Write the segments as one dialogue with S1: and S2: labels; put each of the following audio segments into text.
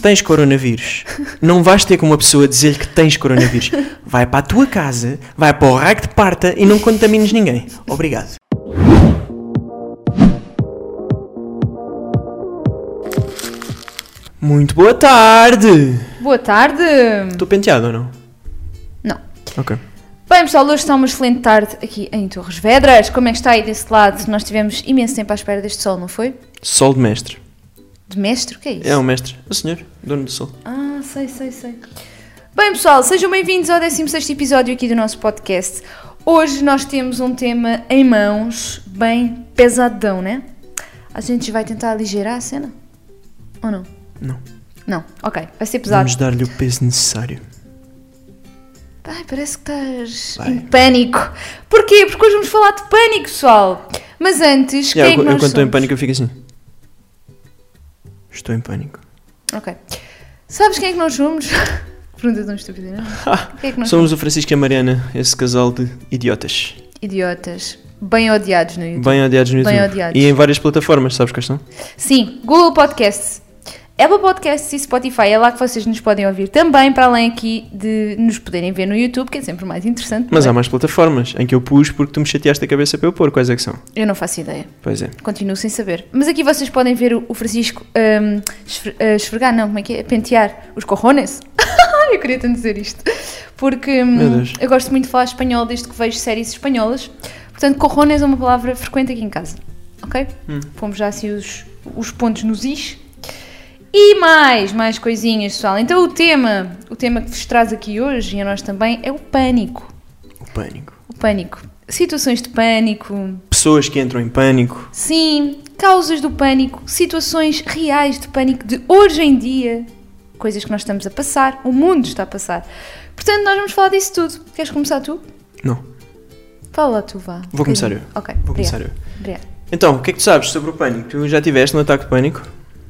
S1: tens coronavírus, não vais ter com uma pessoa dizer-lhe que tens coronavírus. Vai para a tua casa, vai para o raio que te parta e não contamines ninguém. Obrigado. Muito boa tarde!
S2: Boa tarde!
S1: Estou penteado ou não?
S2: Não.
S1: Ok.
S2: Bem, pessoal, hoje está uma excelente tarde aqui em Torres Vedras. Como é que está aí desse lado? Nós tivemos imenso tempo à espera deste sol, não foi?
S1: Sol de mestre.
S2: De mestre? O que é isso?
S1: É um mestre. O senhor, dono do sol.
S2: Ah, sei, sei, sei. Bem, pessoal, sejam bem-vindos ao 16 episódio aqui do nosso podcast. Hoje nós temos um tema em mãos bem pesadão, né? A gente vai tentar aligerar a cena? Ou não?
S1: Não.
S2: Não, ok, vai ser pesado.
S1: Vamos dar-lhe o peso necessário.
S2: Ai, parece que estás
S1: Vai.
S2: em pânico. Porquê? Porque hoje vamos falar de pânico, pessoal. Mas antes,
S1: Yeah,
S2: quem é que
S1: eu,
S2: nós
S1: eu quando estou em
S2: somos?
S1: pânico eu fico assim. Estou em pânico.
S2: Ok. Sabes quem é que nós somos? Pergunta tão estúpida, não é? Quem é que nós somos?
S1: Somos o Francisco e a Mariana, esse casal de idiotas.
S2: Idiotas. Bem odiados no YouTube.
S1: Bem odiados no
S2: Bem
S1: YouTube.
S2: odiados.
S1: E em várias plataformas, sabes quais são?
S2: Sim, Google Podcasts. Apple Podcasts e Spotify é lá que vocês nos podem ouvir também, para além aqui de nos poderem ver no YouTube, que é sempre mais interessante.
S1: Mas há
S2: não é?
S1: mais plataformas em que eu pus porque tu me chateaste a cabeça para eu pôr. Quais é que são?
S2: Eu não faço ideia.
S1: Pois é.
S2: Continuo sem saber. Mas aqui vocês podem ver o o Francisco hum, esfre- eh, esfregar, não, como é que é? Pentear os corrones. eu queria tanto dizer isto. Porque hum,
S1: Meu Deus.
S2: eu gosto muito de falar espanhol desde que vejo séries espanholas. Portanto, corrones é uma palavra frequente aqui em casa. Ok?
S1: Hum.
S2: Pomos já assim os, os pontos nos is. E mais, mais coisinhas, pessoal. Então o tema, o tema que vos traz aqui hoje e a nós também é o pânico.
S1: O pânico.
S2: O pânico. Situações de pânico,
S1: Pessoas que entram em pânico.
S2: Sim, causas do pânico, situações reais de pânico de hoje em dia, coisas que nós estamos a passar, o mundo está a passar. Portanto, nós vamos falar disso tudo. Queres começar tu?
S1: Não.
S2: Fala lá tu, vá.
S1: Vou começar eu.
S2: Ok,
S1: Vou começar eu.
S2: Obrigada.
S1: Então, o que é que tu sabes sobre o pânico? Tu já tiveste um ataque de pânico?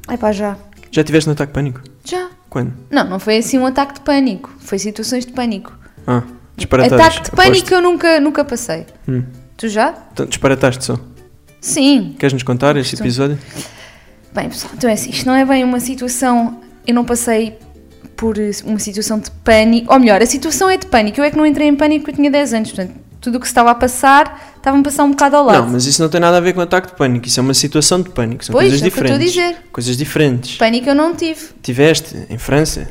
S2: Ai pá, já.
S1: Já tiveste um ataque de pânico?
S2: Já.
S1: Quando?
S2: Não, não foi assim um ataque de pânico, foi situações de pânico.
S1: Ah, disparataste.
S2: ataque de pânico eu nunca, nunca passei.
S1: Hum.
S2: Tu já?
S1: Então, disparataste só.
S2: Sim,
S1: Queres nos contar este episódio?
S2: Bem, pessoal, então é assim, isto não é bem uma situação. Eu não passei por eh, uma situação de pânico. Ou melhor, a situação é de pânico. Eu é que não entrei em pânico porque eu tinha 10 anos. Portanto, tudo o que se estava a passar estava-me a passar um bocado ao lado.
S1: Não, mas isso não tem nada a ver com ataque de pânico. Isso é uma situação de pânico. São
S2: Pois,
S1: coisas
S2: é o que eu estou a
S1: diferentes.
S2: dizer.
S1: Coisas diferentes.
S2: Pânico eu não tive.
S1: Tiveste em França?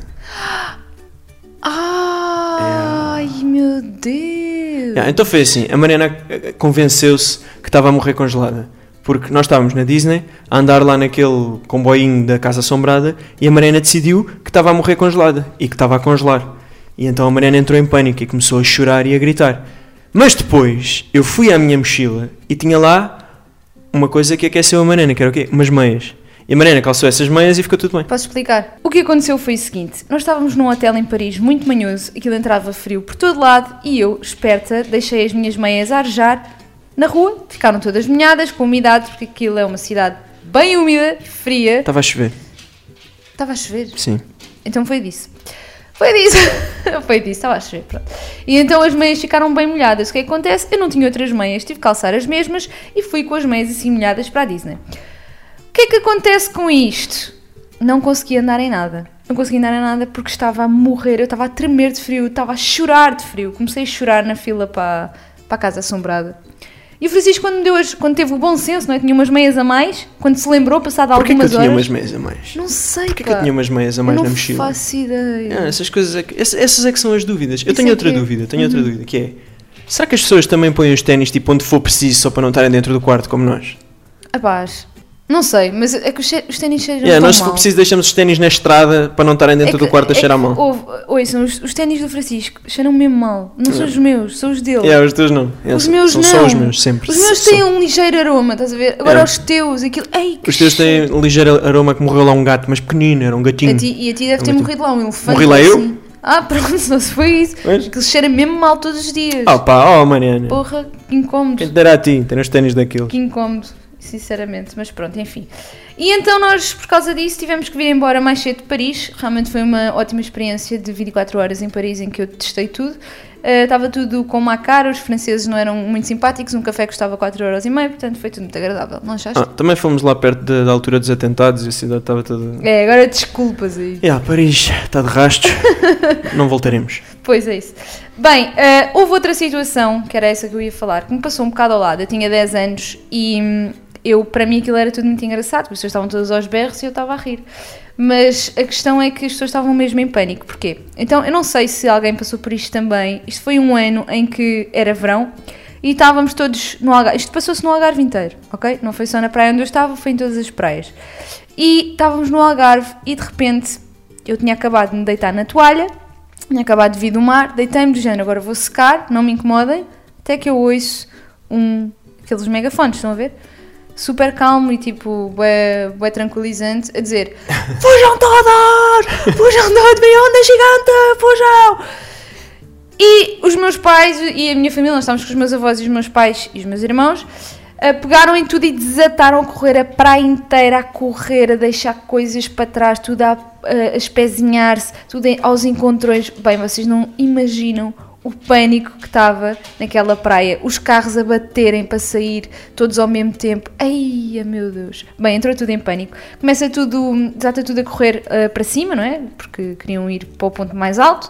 S1: É.
S2: Ai, meu Deus!
S1: Ah, então foi assim: a Mariana eh, convenceu-se que estava a morrer congelada. Porque nós estávamos na Disney, a andar lá naquele comboinho da Casa Assombrada, e a Mariana decidiu que estava a morrer congelada e que estava a congelar. E então a Mariana entrou em pânico e começou a chorar e a gritar. Mas depois eu fui à minha mochila e tinha lá uma coisa que aqueceu a Mariana, que era o quê? Umas meias. E a Mariana calçou essas meias e ficou tudo bem.
S2: Posso explicar? O que aconteceu foi o seguinte: nós estávamos num hotel em Paris muito manhoso, aquilo entrava frio por todo lado e eu, esperta, deixei as minhas meias a arejar na rua, ficaram todas molhadas, com umidade, porque aquilo é uma cidade bem úmida, fria.
S1: Estava a chover,
S2: Estava a chover.
S1: sim.
S2: Então foi disso. Foi disso. foi disso, estava a chover, pronto. E então as meias ficaram bem molhadas. O que é que acontece? Eu não tinha outras meias, tive que calçar as mesmas e fui com as meias assim molhadas para a Disney. O que é que acontece com isto? Não consegui andar em nada. Não consegui andar em nada porque estava a morrer, eu estava a tremer de frio, eu estava a chorar de frio. Comecei a chorar na fila para, para a Casa Assombrada. E o Francisco, quando, me deu as- quando teve o bom senso, não é? Tinha umas meias a mais, quando se lembrou, passado
S1: Porquê que eu
S2: algumas
S1: tinha
S2: horas.
S1: umas meias a mais?
S2: Não sei,
S1: Porquê que eu tinha umas meias a mais
S2: eu
S1: na
S2: não
S1: mochila?
S2: faço ideia.
S1: Ah, essas coisas é que, ess- essas é que são as dúvidas. Eu
S2: Uhum. Isso
S1: tenho
S2: é
S1: outra
S2: que é.
S1: dúvida, tenho outra dúvida, que é será que as pessoas também põem os ténis tipo onde for preciso só para não estarem dentro do quarto como nós?
S2: Rapaz, não sei, mas é que os, che- os ténis cheiram
S1: É,
S2: tão
S1: nós se for
S2: mal. É
S1: preciso deixamos os ténis na estrada para não estarem dentro do quarto a cheirar mal.
S2: Ouçam, os, os ténis do Francisco cheiram mesmo mal. Não são os meus, são os dele.
S1: É, os teus não. É,
S2: Os
S1: são-
S2: meus
S1: são
S2: não.
S1: só os meus, sempre.
S2: Os meus
S1: São-
S2: têm um ligeiro aroma, estás a ver? Agora
S1: É.
S2: os teus, aquilo. Ei, que
S1: Os teus têm
S2: cheiro.
S1: um ligeiro aroma que morreu lá um gato, mas pequenino, era um gatinho.
S2: A ti, e a ti deve ter
S1: Muito.
S2: morrido lá um elefante.
S1: Morri lá
S2: ou
S1: eu?
S2: assim. Ah, pronto, só se foi isso.
S1: Pois.
S2: Aquilo cheira mesmo mal todos os dias.
S1: Oh pá, oh Mariana.
S2: Porra, que incómodo.
S1: Quem te dera a ti, ter os ténis daqueles.
S2: Que incómodo, sinceramente, mas pronto, enfim. E então nós, por causa disso, tivemos que vir embora mais cedo de Paris. Realmente foi uma ótima experiência de 24 horas em Paris em que eu testei tudo. eh, estava tudo com má cara, os franceses não eram muito simpáticos, um café custava 4,5€, portanto foi tudo muito agradável, não achaste?
S1: Ah, também fomos lá perto da, da altura dos atentados e a cidade estava toda.
S2: É, agora desculpas aí.
S1: Yeah, Paris está de rastros. não voltaremos.
S2: Pois é isso. Bem, eh, houve outra situação, que era essa que eu ia falar, que me passou um bocado ao lado. Eu tinha 10 anos e hum, eu, para mim aquilo era tudo muito engraçado, porque as pessoas estavam todas aos berros e eu estava a rir. Mas a questão é que as pessoas estavam mesmo em pânico. Porquê? Então, eu não sei se alguém passou por isto também. Isto foi um ano em que era verão e estávamos todos no Algarve. Isto passou-se no Algarve inteiro, ok? Não foi só na praia onde eu estava, foi em todas as praias. E estávamos no Algarve e de repente eu tinha acabado de me deitar na toalha tinha acabado de vir do mar, deitei-me do género, agora vou secar, não me incomodem, até que eu ouço um, aqueles megafones, estão a ver? Super calmo e tipo, bué, bué tranquilizante, a dizer Fujam todos! Fujam todos! Vem onda gigante! Fujam! E os meus pais e a minha família, nós estávamos com os meus avós e os meus pais e os meus irmãos, eh, pegaram em tudo e desataram a correr a praia inteira, a correr, a deixar coisas para trás, tudo a, eh, a espezinhar-se, tudo em- aos encontrões. Bem, vocês não imaginam o pânico que estava naquela praia, os carros a baterem para sair todos ao mesmo tempo. Ai, meu Deus. Bem, entrou tudo em pânico. Começa tudo, desata tudo a correr eh, para cima, não é? Porque queriam ir para o ponto mais alto.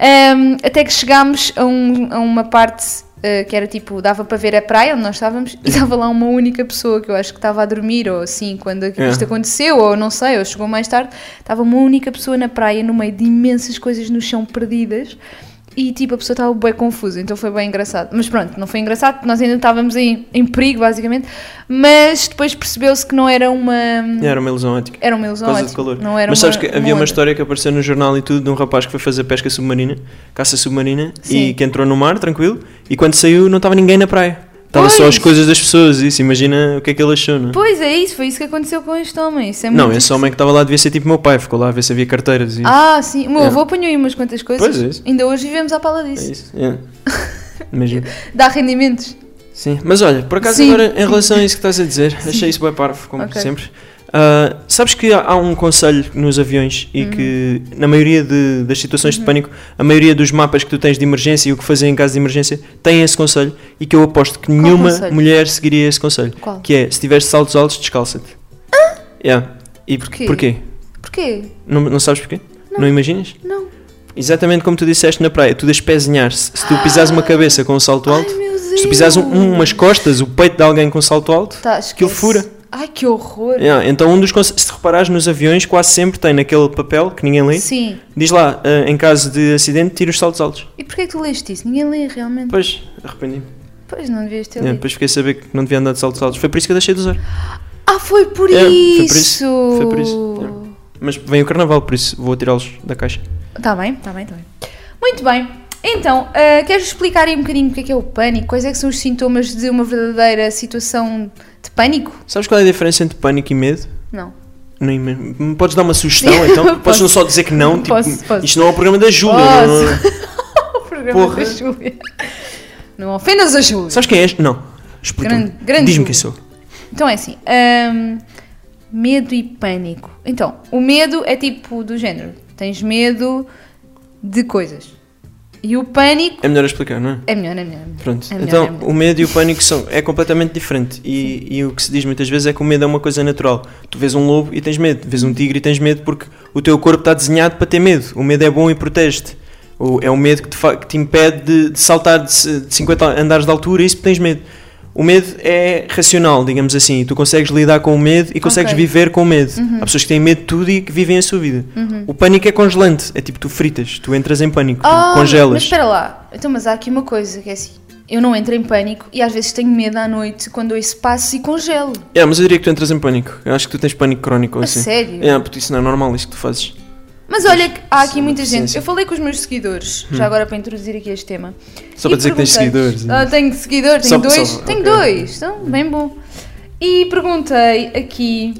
S2: Um, até que chegámos a, um- a uma parte uh, que era tipo, dava para ver a praia onde nós estávamos e estava lá uma única pessoa que eu acho que estava a dormir ou assim, quando isto
S1: É.
S2: aconteceu, ou não sei, ou chegou mais tarde. Estava uma única pessoa na praia no meio de imensas coisas no chão perdidas e tipo, a pessoa estava bem confusa, então foi bem engraçado. Mas pronto, não foi engraçado, porque nós ainda estávamos em, em perigo, basicamente, mas depois percebeu-se que não era uma.
S1: Era uma ilusão ótica.
S2: Era uma ilusão
S1: Por causa do
S2: ótica,
S1: calor.
S2: Não era
S1: Mas sabes
S2: uma-
S1: que havia uma
S2: onda.
S1: história que apareceu no jornal e tudo de um rapaz que foi fazer pesca submarina, caça submarina,
S2: Sim.
S1: e que entrou no mar, tranquilo, e quando saiu não estava ninguém na praia. Estava só
S2: Pois.
S1: as coisas das pessoas, isso. Imagina o que é que ele achou, não é?
S2: Pois é isso, foi isso que aconteceu com este homem. Isso é
S1: Não,
S2: muito
S1: esse homem que estava lá devia ser tipo meu pai, ficou lá a ver se havia carteiras e.
S2: Ah, sim. O meu
S1: É.
S2: avô apanhou aí umas quantas coisas.
S1: Pois é isso.
S2: Ainda hoje vivemos à pala
S1: É
S2: disso.
S1: isso. é. Imagina.
S2: Dá rendimentos.
S1: Sim, mas olha, por acaso
S2: Sim.
S1: agora em relação a isso que estás a dizer, achei isso bem parvo, como
S2: Ok.
S1: sempre. Ah, sabes que há, há um conselho nos aviões e que
S2: Uhum.
S1: na maioria de- das situações de pânico, a maioria dos mapas que tu tens de emergência e o que fazer em caso de emergência tem esse conselho e que eu aposto que nenhuma
S2: conselho?
S1: mulher seguiria esse conselho.
S2: Qual?
S1: Que é, se tiveres saltos altos, descalça-te. Yeah. E porquê?
S2: Porquê?
S1: Não, não sabes porquê?
S2: Não.
S1: não imaginas?
S2: Não.
S1: Exatamente como tu disseste na praia, tu despezinhar-se. Se tu pisares uma cabeça com um salto alto,
S2: Ai, meu Deus.
S1: se tu pisares um- umas costas, o peito de alguém com um salto alto,
S2: Tá,
S1: aquilo
S2: esquece.
S1: fura.
S2: Ai, que horror.
S1: Yeah, então um dos conselhos, se reparares nos aviões, quase sempre tem naquele papel que ninguém lê,
S2: Sim.
S1: diz lá, "Ah, em caso de acidente, tira os saltos altos.
S2: E porquê é que tu leste isso? Ninguém lê realmente.
S1: Depois, arrependi-me.
S2: Pois, não devias ter
S1: Yeah,
S2: lido.
S1: depois fiquei a saber que não devia andar de saltos altos. Foi por isso que eu deixei de usar.
S2: Ah, foi por
S1: Yeah, É, foi por
S2: isso.
S1: isso, foi por isso, yeah. Mas vem o carnaval, por isso vou tirá-los da caixa.
S2: Tá bem, tá bem, tá bem. Muito bem. Então, ah, queres explicar aí um bocadinho o que é que é o pânico? Quais é que são os sintomas de uma verdadeira situação de pânico?
S1: Sabes qual é a diferença entre pânico e medo?
S2: Não.
S1: Não, ima- me podes dar uma sugestão então? Podes
S2: Posso.
S1: não só dizer que não? Tipo,
S2: Posso, posso.
S1: Isto não é o programa da Júlia. não- é? não-
S2: O programa
S1: Porra.
S2: da Júlia. Não ofendas a Júlia.
S1: Sabes quem és? Não. Explica-me.
S2: Grande- grande
S1: Diz-me
S2: Júlia.
S1: quem sou.
S2: Então é assim. hum, medo e pânico. Então, o medo é tipo do género. Tens medo de coisas. E o pânico.
S1: É melhor explicar, não é?
S2: É melhor, é melhor. é melhor.
S1: Pronto.
S2: É melhor,
S1: então,
S2: é melhor.
S1: o medo e o pânico são, é completamente diferente. E, e o que se diz muitas vezes é que o medo é uma coisa natural. Tu vês um lobo e tens medo. Vês um tigre e tens medo porque o teu corpo está desenhado para ter medo. O medo é bom e protege-te. O- É o medo que te, fa- que te impede de, de saltar de, c- de 50 andares de altura e isso tens medo. O medo é racional, digamos assim. Tu consegues lidar com o medo e consegues
S2: Ok. Uhum.
S1: viver com o medo. Há pessoas que têm medo de tudo e que vivem a sua vida. O pânico é congelante. É tipo, tu fritas, tu entras em pânico, tu
S2: Ah, Mas
S1: congelas.
S2: espera lá. Então, mas há aqui uma coisa que é assim. Eu não entro em pânico e às vezes tenho medo à noite quando eu espaço e congelo.
S1: É, mas eu diria que tu entras em pânico. Eu acho que tu tens pânico crónico ou
S2: A
S1: assim.
S2: sério?
S1: É, porque isso não é normal, isso que tu fazes.
S2: Mas olha, que há aqui
S1: Sim,
S2: muita
S1: sim,
S2: gente.
S1: sim. Hum.
S2: Eu falei com os meus seguidores, já agora para introduzir aqui este tema.
S1: Só
S2: E
S1: para dizer que tens
S2: perguntei-lhes,
S1: seguidores, né?
S2: Ah, tenho seguidor, tenho
S1: Só-
S2: dois.
S1: só-
S2: tenho
S1: ok.
S2: dois, então, bem bom. E perguntei aqui.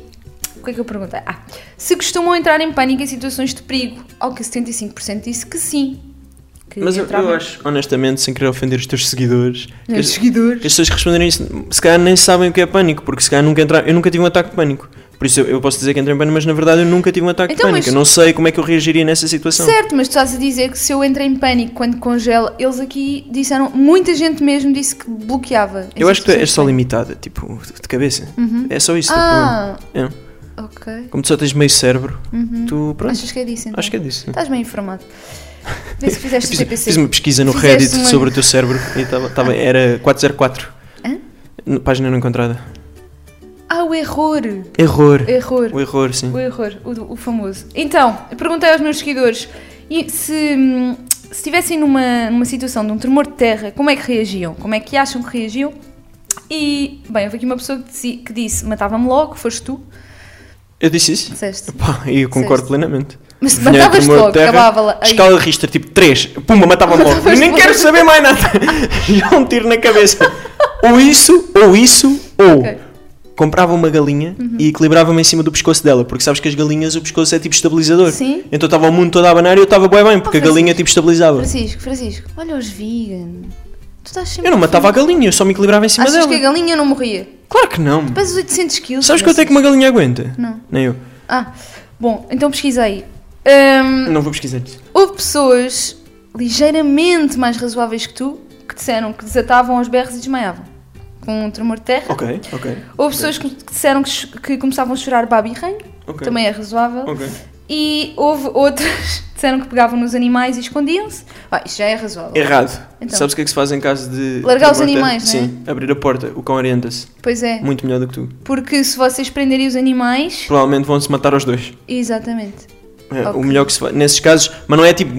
S2: O que é que eu perguntei? Ah, se costumam entrar em pânico em situações de perigo? Ao que 75% disse que sim. Que
S1: Mas eu, eu
S2: entravam.
S1: acho, honestamente, sem querer ofender os teus seguidores, que
S2: Meus
S1: as, que
S2: seguidores.
S1: as pessoas que responderem isso, se calhar nem sabem o que é pânico, porque se calhar nunca entraram. Eu nunca tive um ataque de pânico. Por isso eu, eu posso dizer que entrei em pânico, mas na verdade eu nunca tive um ataque
S2: Então,
S1: de pânico.
S2: mas-
S1: Eu não sei como é que eu reagiria nessa situação.
S2: Certo, mas tu estás a dizer que se eu entro em pânico quando congela, eles aqui disseram, muita gente mesmo disse que bloqueava. em
S1: Eu acho que tu és só
S2: situações
S1: limitada, tipo, de cabeça. É só
S2: de
S1: isso. o
S2: pânico. Uhum. Ah,
S1: problema. É.
S2: ok.
S1: Como tu só tens meio cérebro, tu pronto.
S2: Achas que é disso então?
S1: Acho que é disso.
S2: Estás bem informado. Vê se fizeste
S1: Fiz,
S2: CPC.
S1: fiz uma pesquisa no
S2: assim. Fizeste
S1: Reddit
S2: uma- Ah.
S1: sobre o teu cérebro e tava, tava, era 404.
S2: Hã?
S1: N- Página não encontrada.
S2: Ah, o error.
S1: Error.
S2: Error.
S1: O error, sim.
S2: O error, o, do- o famoso. Então, perguntei aos meus seguidores e se hum, se estivessem numa, numa situação de um tremor de terra, como é que reagiam? Como é que acham que reagiam? E, bem, houve aqui uma pessoa que disse, que disse matava-me logo, foste tu,
S1: Eu disse isso.
S2: disseste.
S1: Pá, e eu concordo
S2: Disseste.
S1: plenamente.
S2: Mas
S1: Vinha
S2: matavas
S1: tremor de
S2: logo,
S1: terra,
S2: acabava lá. Aí,
S1: Escala Richter, tipo 3. Pumba, matava-me logo.
S2: Matavas
S1: Nem
S2: logo.
S1: quero saber mais nada. Já um tiro na cabeça. Ou isso, ou isso, ou.
S2: Ok. Uhum.
S1: Comprava uma galinha e equilibrava-me em cima do pescoço dela, porque sabes que as galinhas o pescoço é tipo estabilizador.
S2: Sim.
S1: Então estava o mundo todo a abanar e eu estava bem bem, porque
S2: Oh,
S1: a galinha
S2: Francisco.
S1: tipo estabilizava.
S2: Francisco, Francisco, olha os vegan. Tu estás sempre
S1: Eu não
S2: a
S1: matava a
S2: falar.
S1: galinha, eu só me equilibrava em cima
S2: Achas
S1: dela.
S2: que é a galinha não morria?
S1: Claro que não.
S2: Pesas 800 quilos.
S1: Sabes quanto é que uma galinha aguenta?
S2: Não.
S1: Nem eu.
S2: Ah, bom, então pesquisei. Hum,
S1: Não vou pesquisar isso.
S2: Houve pessoas ligeiramente mais razoáveis que tu que disseram que desatavam aos berros e desmaiavam com um tremor de terra.
S1: Ok, ok.
S2: Houve pessoas que que disseram que, ch- que começavam a chorar babi reino,
S1: Ok.
S2: também é razoável.
S1: Ok.
S2: E houve outras que disseram que pegavam nos animais e escondiam-se. Ah, isto já é razoável.
S1: Errado.
S2: Então.
S1: Sabes o que é que se faz em caso de.
S2: Largar os
S1: de porta?
S2: animais, né?
S1: Sim, abrir a porta. O cão orienta-se.
S2: Pois é,
S1: Muito melhor do que tu.
S2: porque se vocês prenderem os animais.
S1: Provavelmente vão-se matar os dois.
S2: Exatamente.
S1: É,
S2: Ok.
S1: O melhor que se faz. Nesses casos. Mas não é tipo.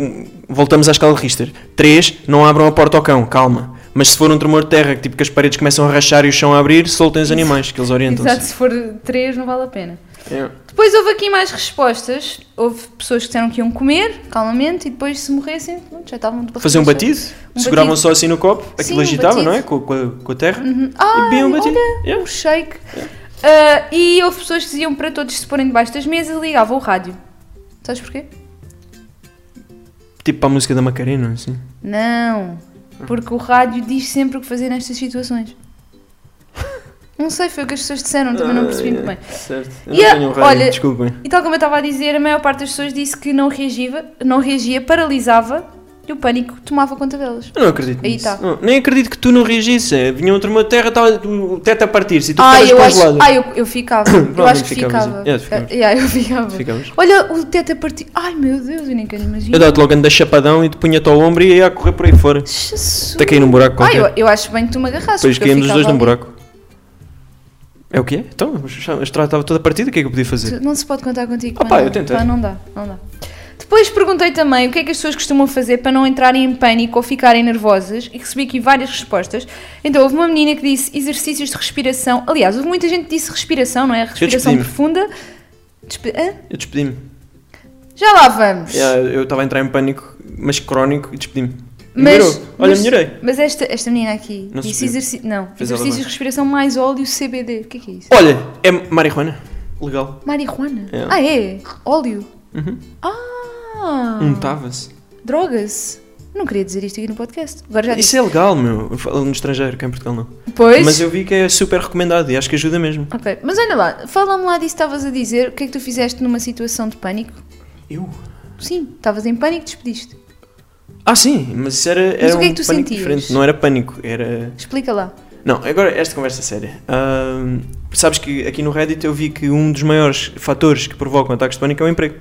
S1: Voltamos à escala de Richter. Três, não abram a porta ao cão, calma. Mas se for um tremor de terra, que tipo que as paredes começam a rachar e o chão a abrir, soltem os animais, que eles
S2: Exato,
S1: orientam-se.
S2: se for três, não vale a pena.
S1: É.
S2: Depois houve aqui mais respostas. Houve pessoas que disseram que iam comer calmamente e depois, se morressem, pronto, já estavam de barriga
S1: Fazer um
S2: cheia.
S1: batido,
S2: Um
S1: seguravam
S2: batido.
S1: só assim no copo, aquilo
S2: um
S1: agitava,
S2: batido.
S1: não é? Com, com a, com a terra.
S2: Uhum. Ah,
S1: E bebiam um batido.
S2: olha,
S1: Yeah.
S2: um shake. Ah, e houve pessoas que diziam para todos se porem debaixo das mesas e ligavam o rádio. Sabes porquê?
S1: Tipo para a música da Macarena, assim.
S2: Não, porque o rádio diz sempre o que fazer nestas situações. Não sei, foi o que as pessoas disseram, também não percebi muito bem.
S1: Certo. Eu
S2: E
S1: não
S2: a-
S1: tenho um rádio,
S2: olha-
S1: desculpem.
S2: E tal como eu estava a dizer, a maior parte das pessoas disse que não reagia, não reagia paralisava e o pânico tomava conta delas.
S1: Eu não acredito
S2: Aí
S1: nisso.
S2: tá.
S1: Não, nem acredito que tu não reagisse. É, Vinha um tremor de terra, estava o teto a partir-se e tu
S2: Ah,
S1: ficavas
S2: eu acho,
S1: congelado.
S2: ah, eu, eu ficava. eu acho que
S1: ficavas,
S2: ficava.
S1: é. É, ficavas.
S2: É, yeah, eu ficava.
S1: Ficavas.
S2: Olha, o teto a partir. Ai meu Deus, eu nem quero imaginar.
S1: Eu dava-te logo anda chapadão e te punha-te ao ombro e ia a correr por aí fora.
S2: Jesus.
S1: Até caí num buraco
S2: Ah,
S1: qualquer.
S2: eu, eu acho bem que tu me agarrasses.
S1: Depois
S2: porque eu
S1: caímos os dois
S2: ficava
S1: num
S2: ali.
S1: buraco. É o que é? Então, eu já- eu já estava toda a partida, o que é que eu podia fazer?
S2: tipo, Tu- Não se pode contar contigo.
S1: Ah,
S2: mas
S1: pá,
S2: não.
S1: eu tentei.
S2: Pá, não dá, não dá. Depois perguntei também o que é que as pessoas costumam fazer para não entrarem em pânico ou ficarem nervosas e recebi aqui várias respostas. Então houve uma menina que disse exercícios de respiração. Aliás, houve muita gente que disse respiração, não é? Respiração
S1: despedi-me.
S2: profunda. Despe- Hã?
S1: Eu despedi-me.
S2: Já lá vamos.
S1: É, eu estava a entrar em pânico, mas crónico, e despedi-me.
S2: Mas-
S1: Melhorou. Olha,
S2: mas-
S1: melhorei.
S2: Mas esta, esta menina aqui
S1: Não se
S2: disse
S1: despediu.
S2: exercício. Não,
S1: Fez ela
S2: exercícios
S1: bem.
S2: de respiração mais óleo CBD. O que é que é isso?
S1: Olha, é marihuana. Legal.
S2: Marihuana?
S1: É.
S2: Ah, é? Óleo?
S1: Uhum.
S2: Ah!
S1: Um Untava-se.
S2: Droga-se. Não queria dizer isto aqui no podcast. Agora já disse.
S1: Isso é legal, meu. Eu falo no estrangeiro, cá em Portugal não.
S2: Pois.
S1: Mas eu vi que é super recomendado e acho que ajuda mesmo.
S2: Ok, mas olha lá, fala-me lá disso que estavas a dizer. O que é que tu fizeste numa situação de pânico?
S1: Eu?
S2: Sim, estavas em pânico, despediste.
S1: Ah, sim, mas isso era, era
S2: o que é
S1: um
S2: que
S1: pânico
S2: tu sentias?
S1: diferente. Não era pânico, era.
S2: Explica lá.
S1: Não, agora esta conversa é séria. Ahm, sabes que aqui no Reddit eu vi que um dos maiores fatores que provocam ataques de pânico é o emprego.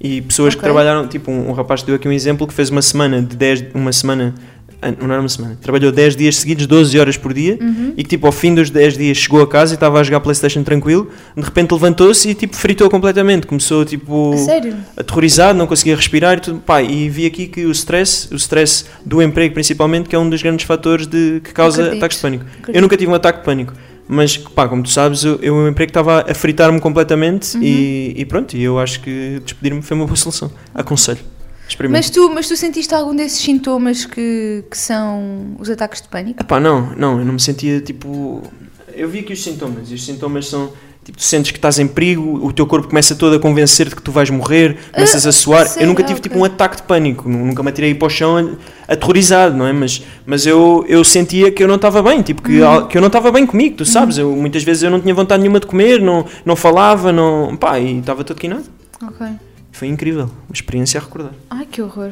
S1: E pessoas que
S2: Ok.
S1: trabalharam, tipo, um, um rapaz deu aqui um exemplo que fez uma semana de 10, uma semana, ah, não era uma semana, trabalhou 10 dias seguidos, 12 horas por dia,
S2: Uhum.
S1: e que tipo, ao fim dos 10 dias chegou a casa e estava a jogar Playstation tranquilo, de repente levantou-se e tipo, fritou completamente, começou tipo
S2: A sério?
S1: aterrorizado, não conseguia respirar e tudo. Pá, e vi aqui que o stress, o stress do emprego principalmente, que é um dos grandes fatores de, que causa
S2: Acredito.
S1: ataques de pânico.
S2: Acredito.
S1: Eu nunca tive um ataque de pânico, mas pá, como tu sabes, eu, eu o emprego estava a fritar-me completamente e, e pronto, e eu acho que despedir-me foi uma boa solução. Aconselho. Experimento.
S2: Mas tu, mas tu sentiste algum desses sintomas que, que são os ataques de pânico?
S1: Epá, não, não, eu não me sentia tipo. Eu vi aqui os sintomas, e os sintomas são Tipo, tu sentes que estás em perigo, o teu corpo começa todo a convencer-te que tu vais morrer, começas
S2: Ah,
S1: a suar.
S2: sim,
S1: eu nunca
S2: ah,
S1: tive
S2: ok.
S1: tipo um ataque de pânico, nu- nunca me atirei para o chão aterrorizado, não é? Mas, mas eu, eu sentia que eu não estava bem, tipo,
S2: Hum.
S1: que, al- que eu não estava bem comigo, tu sabes? Eu, muitas vezes eu não tinha vontade nenhuma de comer, não, não falava, não. pá, e estava todo quinado.
S2: Ok.
S1: é? Foi incrível, uma experiência a recordar.
S2: Ai, que horror.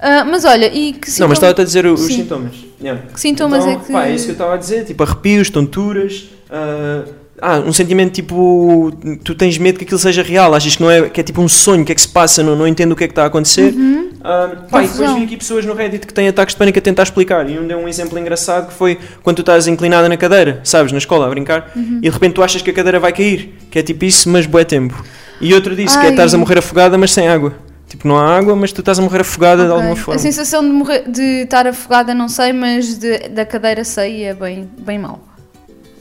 S2: Ah, mas olha, e que
S1: Não, mas
S2: sintoma-
S1: estava a dizer o- os
S2: Sim.
S1: sintomas. Yeah.
S2: Que sintomas
S1: Então,
S2: é que.
S1: Pá, é isso que eu estava a dizer, tipo arrepios, tonturas. ah, ah, um sentimento tipo. Tu tens medo que aquilo seja real, achas que não é. que é tipo um sonho, o que é que se passa, não, não entendo o que é que está a acontecer.
S2: Hum? Uhum.
S1: Ah, pá, e depois
S2: Confusão.
S1: vi aqui pessoas no Reddit que têm ataques de pânico a tentar explicar. E um deu um exemplo engraçado que foi quando tu estás inclinada na cadeira, sabes, na escola a brincar,
S2: Uhum.
S1: e de repente tu achas que a cadeira vai cair, que é tipo isso, mas bué tempo. E outro disse que é
S2: Ai.
S1: estás a morrer afogada, mas sem água. Tipo, não há água, mas tu estás a morrer afogada de
S2: Ok.
S1: alguma forma.
S2: A sensação de, morrer, de estar afogada, não sei, mas de- da cadeira sair é bem, bem mal.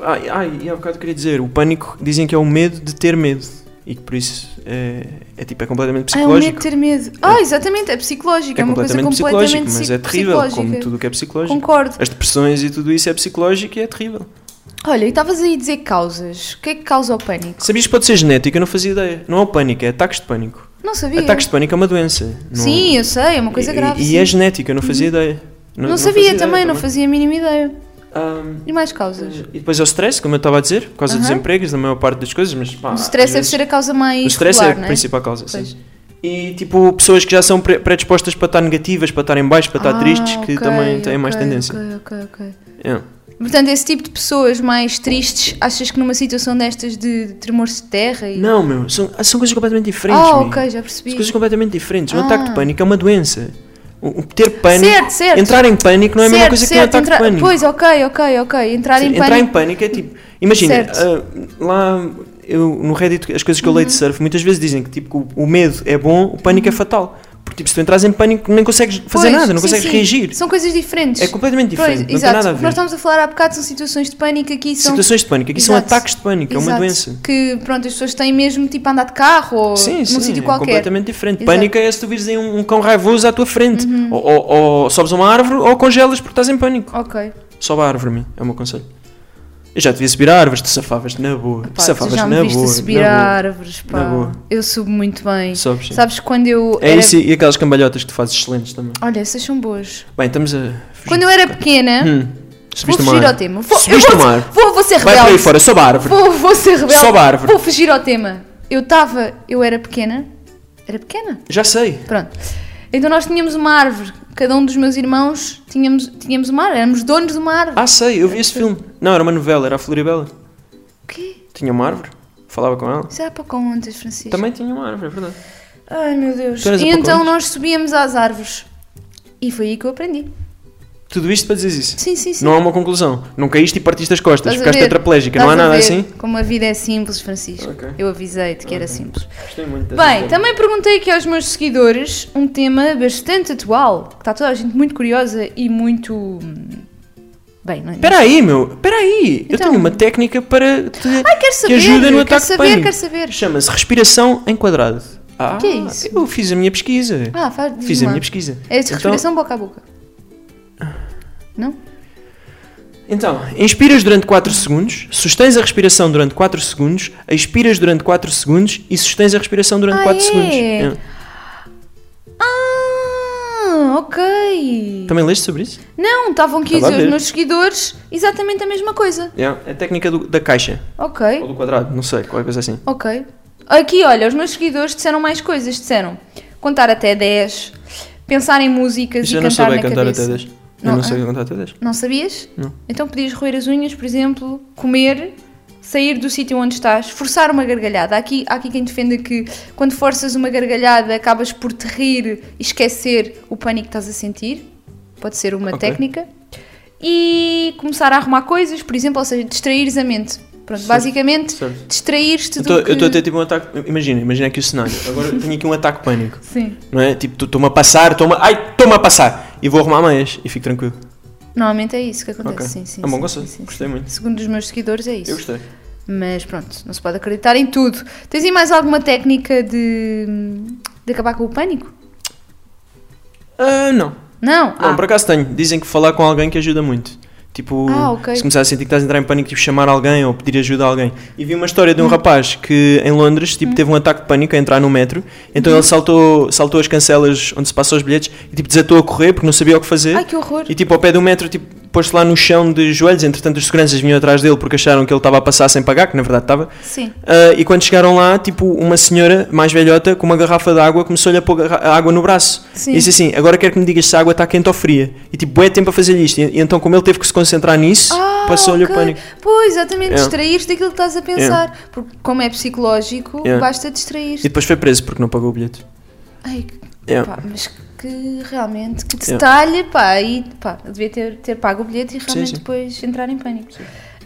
S1: Ai, ai, e há bocado queria dizer, o pânico dizem que é o medo de ter medo. E que por isso é, é tipo, é completamente
S2: Ah, é o medo de
S1: psicológico.
S2: ter medo. Ah, exatamente, é psicológico. É, uma coisa completamente
S1: psicológico, mas
S2: psi-
S1: é terrível, como
S2: psicológica.
S1: tudo o que é psicológico.
S2: Concordo.
S1: As depressões e tudo isso é psicológico e é terrível.
S2: Olha, e estavas aí a dizer causas. O que é que causa o pânico?
S1: Sabias que pode ser genética? Eu não fazia ideia. Não é o pânico, é ataques de pânico.
S2: Não sabia.
S1: Ataques de pânico é uma doença. não-
S2: Sim, eu sei, é uma coisa
S1: e,
S2: grave.
S1: E
S2: sim. Uhum.
S1: é genética, eu não fazia ideia.
S2: não,
S1: fazia
S2: sabia
S1: ideia
S2: também, não fazia a mínima ideia.
S1: Ahm,
S2: E mais causas?
S1: e depois é o stress, como eu estava a dizer, por causa dos
S2: Aham.
S1: empregos, da maior parte das coisas, mas pá,
S2: o
S1: Ah, às
S2: stress deve
S1: vezes-
S2: ser a causa mais.
S1: O stress
S2: regular,
S1: é
S2: não
S1: a principal causa,
S2: Pois.
S1: sim. E tipo, pessoas que já são pre- predispostas para estar negativas, para estar em baixo, para estar
S2: Ah,
S1: tristes, que
S2: ok,
S1: também têm mais
S2: ok,
S1: tendência.
S2: Ok, ok, ok.
S1: É.
S2: Portanto, esse tipo de pessoas mais tristes, achas que numa situação destas de tremores de terra e.
S1: Não, meu, são, são coisas completamente diferentes.
S2: Ah,
S1: amigo.
S2: ok, já
S1: São
S2: percebi.
S1: coisas completamente diferentes. Um ataque
S2: Ah.
S1: de pânico é uma doença. O, o ter pânico,
S2: Certo, certo.
S1: entrar em pânico não é a mesma
S2: Certo,
S1: coisa
S2: certo,
S1: que ter um ataque
S2: entra-
S1: de pânico.
S2: Pois, ok, ok, ok. Entrar em
S1: Sim,
S2: pânico.
S1: entrar em pânico é tipo. Imagina,
S2: Certo. Uhum.
S1: ah, lá eu, no Reddit, as coisas que eu leio de surf, muitas vezes dizem que tipo, que o, o medo é bom, o pânico é fatal. Porque tipo, se tu entras em pânico, nem consegues fazer
S2: Pois,
S1: nada, não
S2: sim,
S1: consegues
S2: sim.
S1: reagir.
S2: São coisas diferentes.
S1: É completamente diferente, não
S2: Pois, exato.
S1: tem nada a
S2: O que nós
S1: ver.
S2: estamos a falar há bocado são situações de pânico aqui são.
S1: Situações de pânico, aqui são
S2: Exato.
S1: ataques de pânico, é uma
S2: Exato.
S1: doença.
S2: Que pronto, as pessoas têm mesmo tipo a andar de carro ou
S1: Sim,
S2: num
S1: sim,
S2: sítio
S1: é
S2: qualquer.
S1: completamente diferente.
S2: Exato. Uhum.
S1: Pânico é se tu vires aí um, um cão raivoso à tua frente. Ou, ou- ou sobes a uma árvore ou congelas porque estás em pânico.
S2: Ok.
S1: Sobe a árvore, a mim, é o meu conselho. Eu já te vi subir a árvores, te safavas na boa.
S2: Pá,
S1: te safavas
S2: tu já me
S1: na
S2: viste
S1: boa.
S2: subir
S1: na
S2: a
S1: boa.
S2: árvores, pá.
S1: Na boa.
S2: Eu subo muito bem.
S1: Sobes, sim.
S2: Sabes quando eu.
S1: É
S2: era-
S1: isso e e aquelas cambalhotas que tu fazes excelentes também.
S2: Olha, essas são boas.
S1: Bem, estamos a. fugir
S2: Quando
S1: do
S2: eu era
S1: foco.
S2: pequena,
S1: Hum,
S2: vou
S1: subiste uma
S2: fugir ao
S1: árvore.
S2: tema. Vou, eu
S1: Subiste
S2: vou,
S1: uma árvore.
S2: vou, vou ser
S1: Vai por aí
S2: rebelde.
S1: fora, sobe a árvore.
S2: Vou, vou ser rebelde.
S1: Sobe a árvore.
S2: Vou fugir ao tema. Eu estava. Eu era pequena. Era pequena?
S1: Já sei.
S2: Pronto. Então nós tínhamos uma árvore. Cada um dos meus irmãos tínhamos, tínhamos uma árvore. Éramos donos de uma árvore.
S1: Ah, sei, eu vi esse filme. Não, era uma novela, era a Floribela. Ah.
S2: O quê?
S1: Tinha uma árvore, falava com ela.
S2: Isso era para contas, Francisco.
S1: Também tinha uma árvore, é verdade.
S2: Ai meu Deus.
S1: Tu eras
S2: E
S1: a
S2: então
S1: Pocahontas?
S2: nós subíamos às árvores. E foi aí que eu aprendi.
S1: Tudo isto para dizer isso.
S2: Sim, sim, sim.
S1: Não há uma conclusão. Não caíste e partiste as costas,
S2: Estás a
S1: ficaste
S2: ver?
S1: tetraplégica, não há
S2: Estás a
S1: nada
S2: ver
S1: assim?
S2: Como a vida é simples, Francisco.
S1: Ok.
S2: Eu avisei-te que era simples.
S1: Gostei muito
S2: Bem, também perguntei aqui aos meus seguidores um tema bastante atual, que está toda a gente muito curiosa e muito. hum, Bem, não é?
S1: Espera aí, meu, espera aí. eu
S2: Então.
S1: tenho uma técnica para te,
S2: Ai, Ah, quero saber!
S1: ajuda no
S2: quero
S1: ataque de
S2: saber,
S1: pânico.
S2: quero saber.
S1: Chama-se respiração em quadrado. Ah,
S2: que é isso?
S1: eu fiz a minha pesquisa.
S2: Ah, faz. diz-me
S1: fiz a
S2: lá.
S1: minha pesquisa. Ah.
S2: É de respiração boca a boca. Não?
S1: Então, inspiras durante 4 segundos, sustens a respiração durante 4 segundos, expiras durante 4 segundos e sustens a respiração durante
S2: Ah,
S1: 4
S2: é?
S1: segundos. É.
S2: Ah, ok.
S1: Também leste sobre isso?
S2: Não, estavam aqui a
S1: Estava a
S2: dizer os
S1: ver.
S2: meus seguidores exatamente a mesma coisa.
S1: É. A técnica do- da caixa.
S2: Ok.
S1: Ou do quadrado, não sei, qualquer coisa assim.
S2: Ok. Aqui, olha, os meus seguidores disseram mais coisas. Disseram contar até 10, pensar em
S1: Eu
S2: músicas
S1: já
S2: e
S1: não
S2: cantar
S1: soube
S2: na
S1: cantar
S2: cabeça.
S1: até 10. Eu
S2: Não,
S1: não,
S2: ah.
S1: sei cantar até 10.
S2: Não sabias?
S1: Não.
S2: Então podias roer as unhas, por exemplo, comer, sair do sítio onde estás, forçar uma gargalhada. Há aqui, há aqui quem defenda que quando forças uma gargalhada acabas por te rir e esquecer o pânico que estás a sentir. Pode ser uma
S1: Ok.
S2: técnica. E começar a arrumar coisas, por exemplo, ou seja, distraíres a mente. Pronto, basicamente,
S1: certo.
S2: distrair-te
S1: Eu
S2: do que...
S1: estou a ter tipo um ataque. Imagina, imagina aqui o cenário. Agora tenho aqui um ataque de pânico.
S2: Sim.
S1: Não é? Tipo, estou-me a passar, estou-me. Ai, estou-me a passar! E vou arrumar meias e fico tranquilo.
S2: Normalmente é isso que acontece,
S1: Ok.
S2: sim, sim.
S1: É bom,
S2: sim,
S1: gostei.
S2: sim, sim,
S1: Gostei
S2: sim.
S1: muito.
S2: Segundo os meus seguidores é isso.
S1: Eu gostei.
S2: Mas pronto, não se pode acreditar em tudo. Tens aí mais alguma técnica de, de acabar com o pânico?
S1: Ah, não.
S2: Não?
S1: Não,
S2: Ah,
S1: por acaso tenho. Dizem que falar com alguém que ajuda muito. Tipo,
S2: Ah, ok.
S1: se começar a sentir que estás a entrar em pânico, tipo, chamar alguém ou pedir ajuda a alguém. E vi uma história
S2: Hum.
S1: de um rapaz que em Londres, tipo, teve um ataque de pânico a entrar no metro, então
S2: Hum.
S1: ele saltou, saltou as cancelas onde se passam os bilhetes e, tipo, desatou a correr porque não sabia o que fazer.
S2: Ai, que horror.
S1: E tipo, ao pé do metro, tipo, pôs-se lá no chão de joelhos, entretanto os seguranças vinham atrás dele porque acharam que ele estava a passar sem pagar, que na verdade estava.
S2: Sim.
S1: Ah, e quando chegaram lá, tipo, uma senhora mais velhota com uma garrafa de água começou-lhe a pôr garra- a água no braço.
S2: Sim.
S1: E disse assim: Agora quero que me digas se a água está quente ou fria. E tipo, é tempo a fazer isto. E, e então, como ele teve que se concentrar nisso,
S2: Ah,
S1: passou-lhe
S2: ok.
S1: o pânico.
S2: Pois, exatamente,
S1: É.
S2: distrair-te daquilo que estás a pensar. Porque como é psicológico,
S1: É.
S2: basta
S1: E
S2: distrair-te.
S1: depois foi preso porque não pagou o bilhete.
S2: Ai, que-
S1: É.
S2: pá, mas que realmente, que
S1: É.
S2: detalhe, pá, aí, pá, eu devia ter, ter pago o bilhete e realmente
S1: sim.
S2: depois entrar em pânico.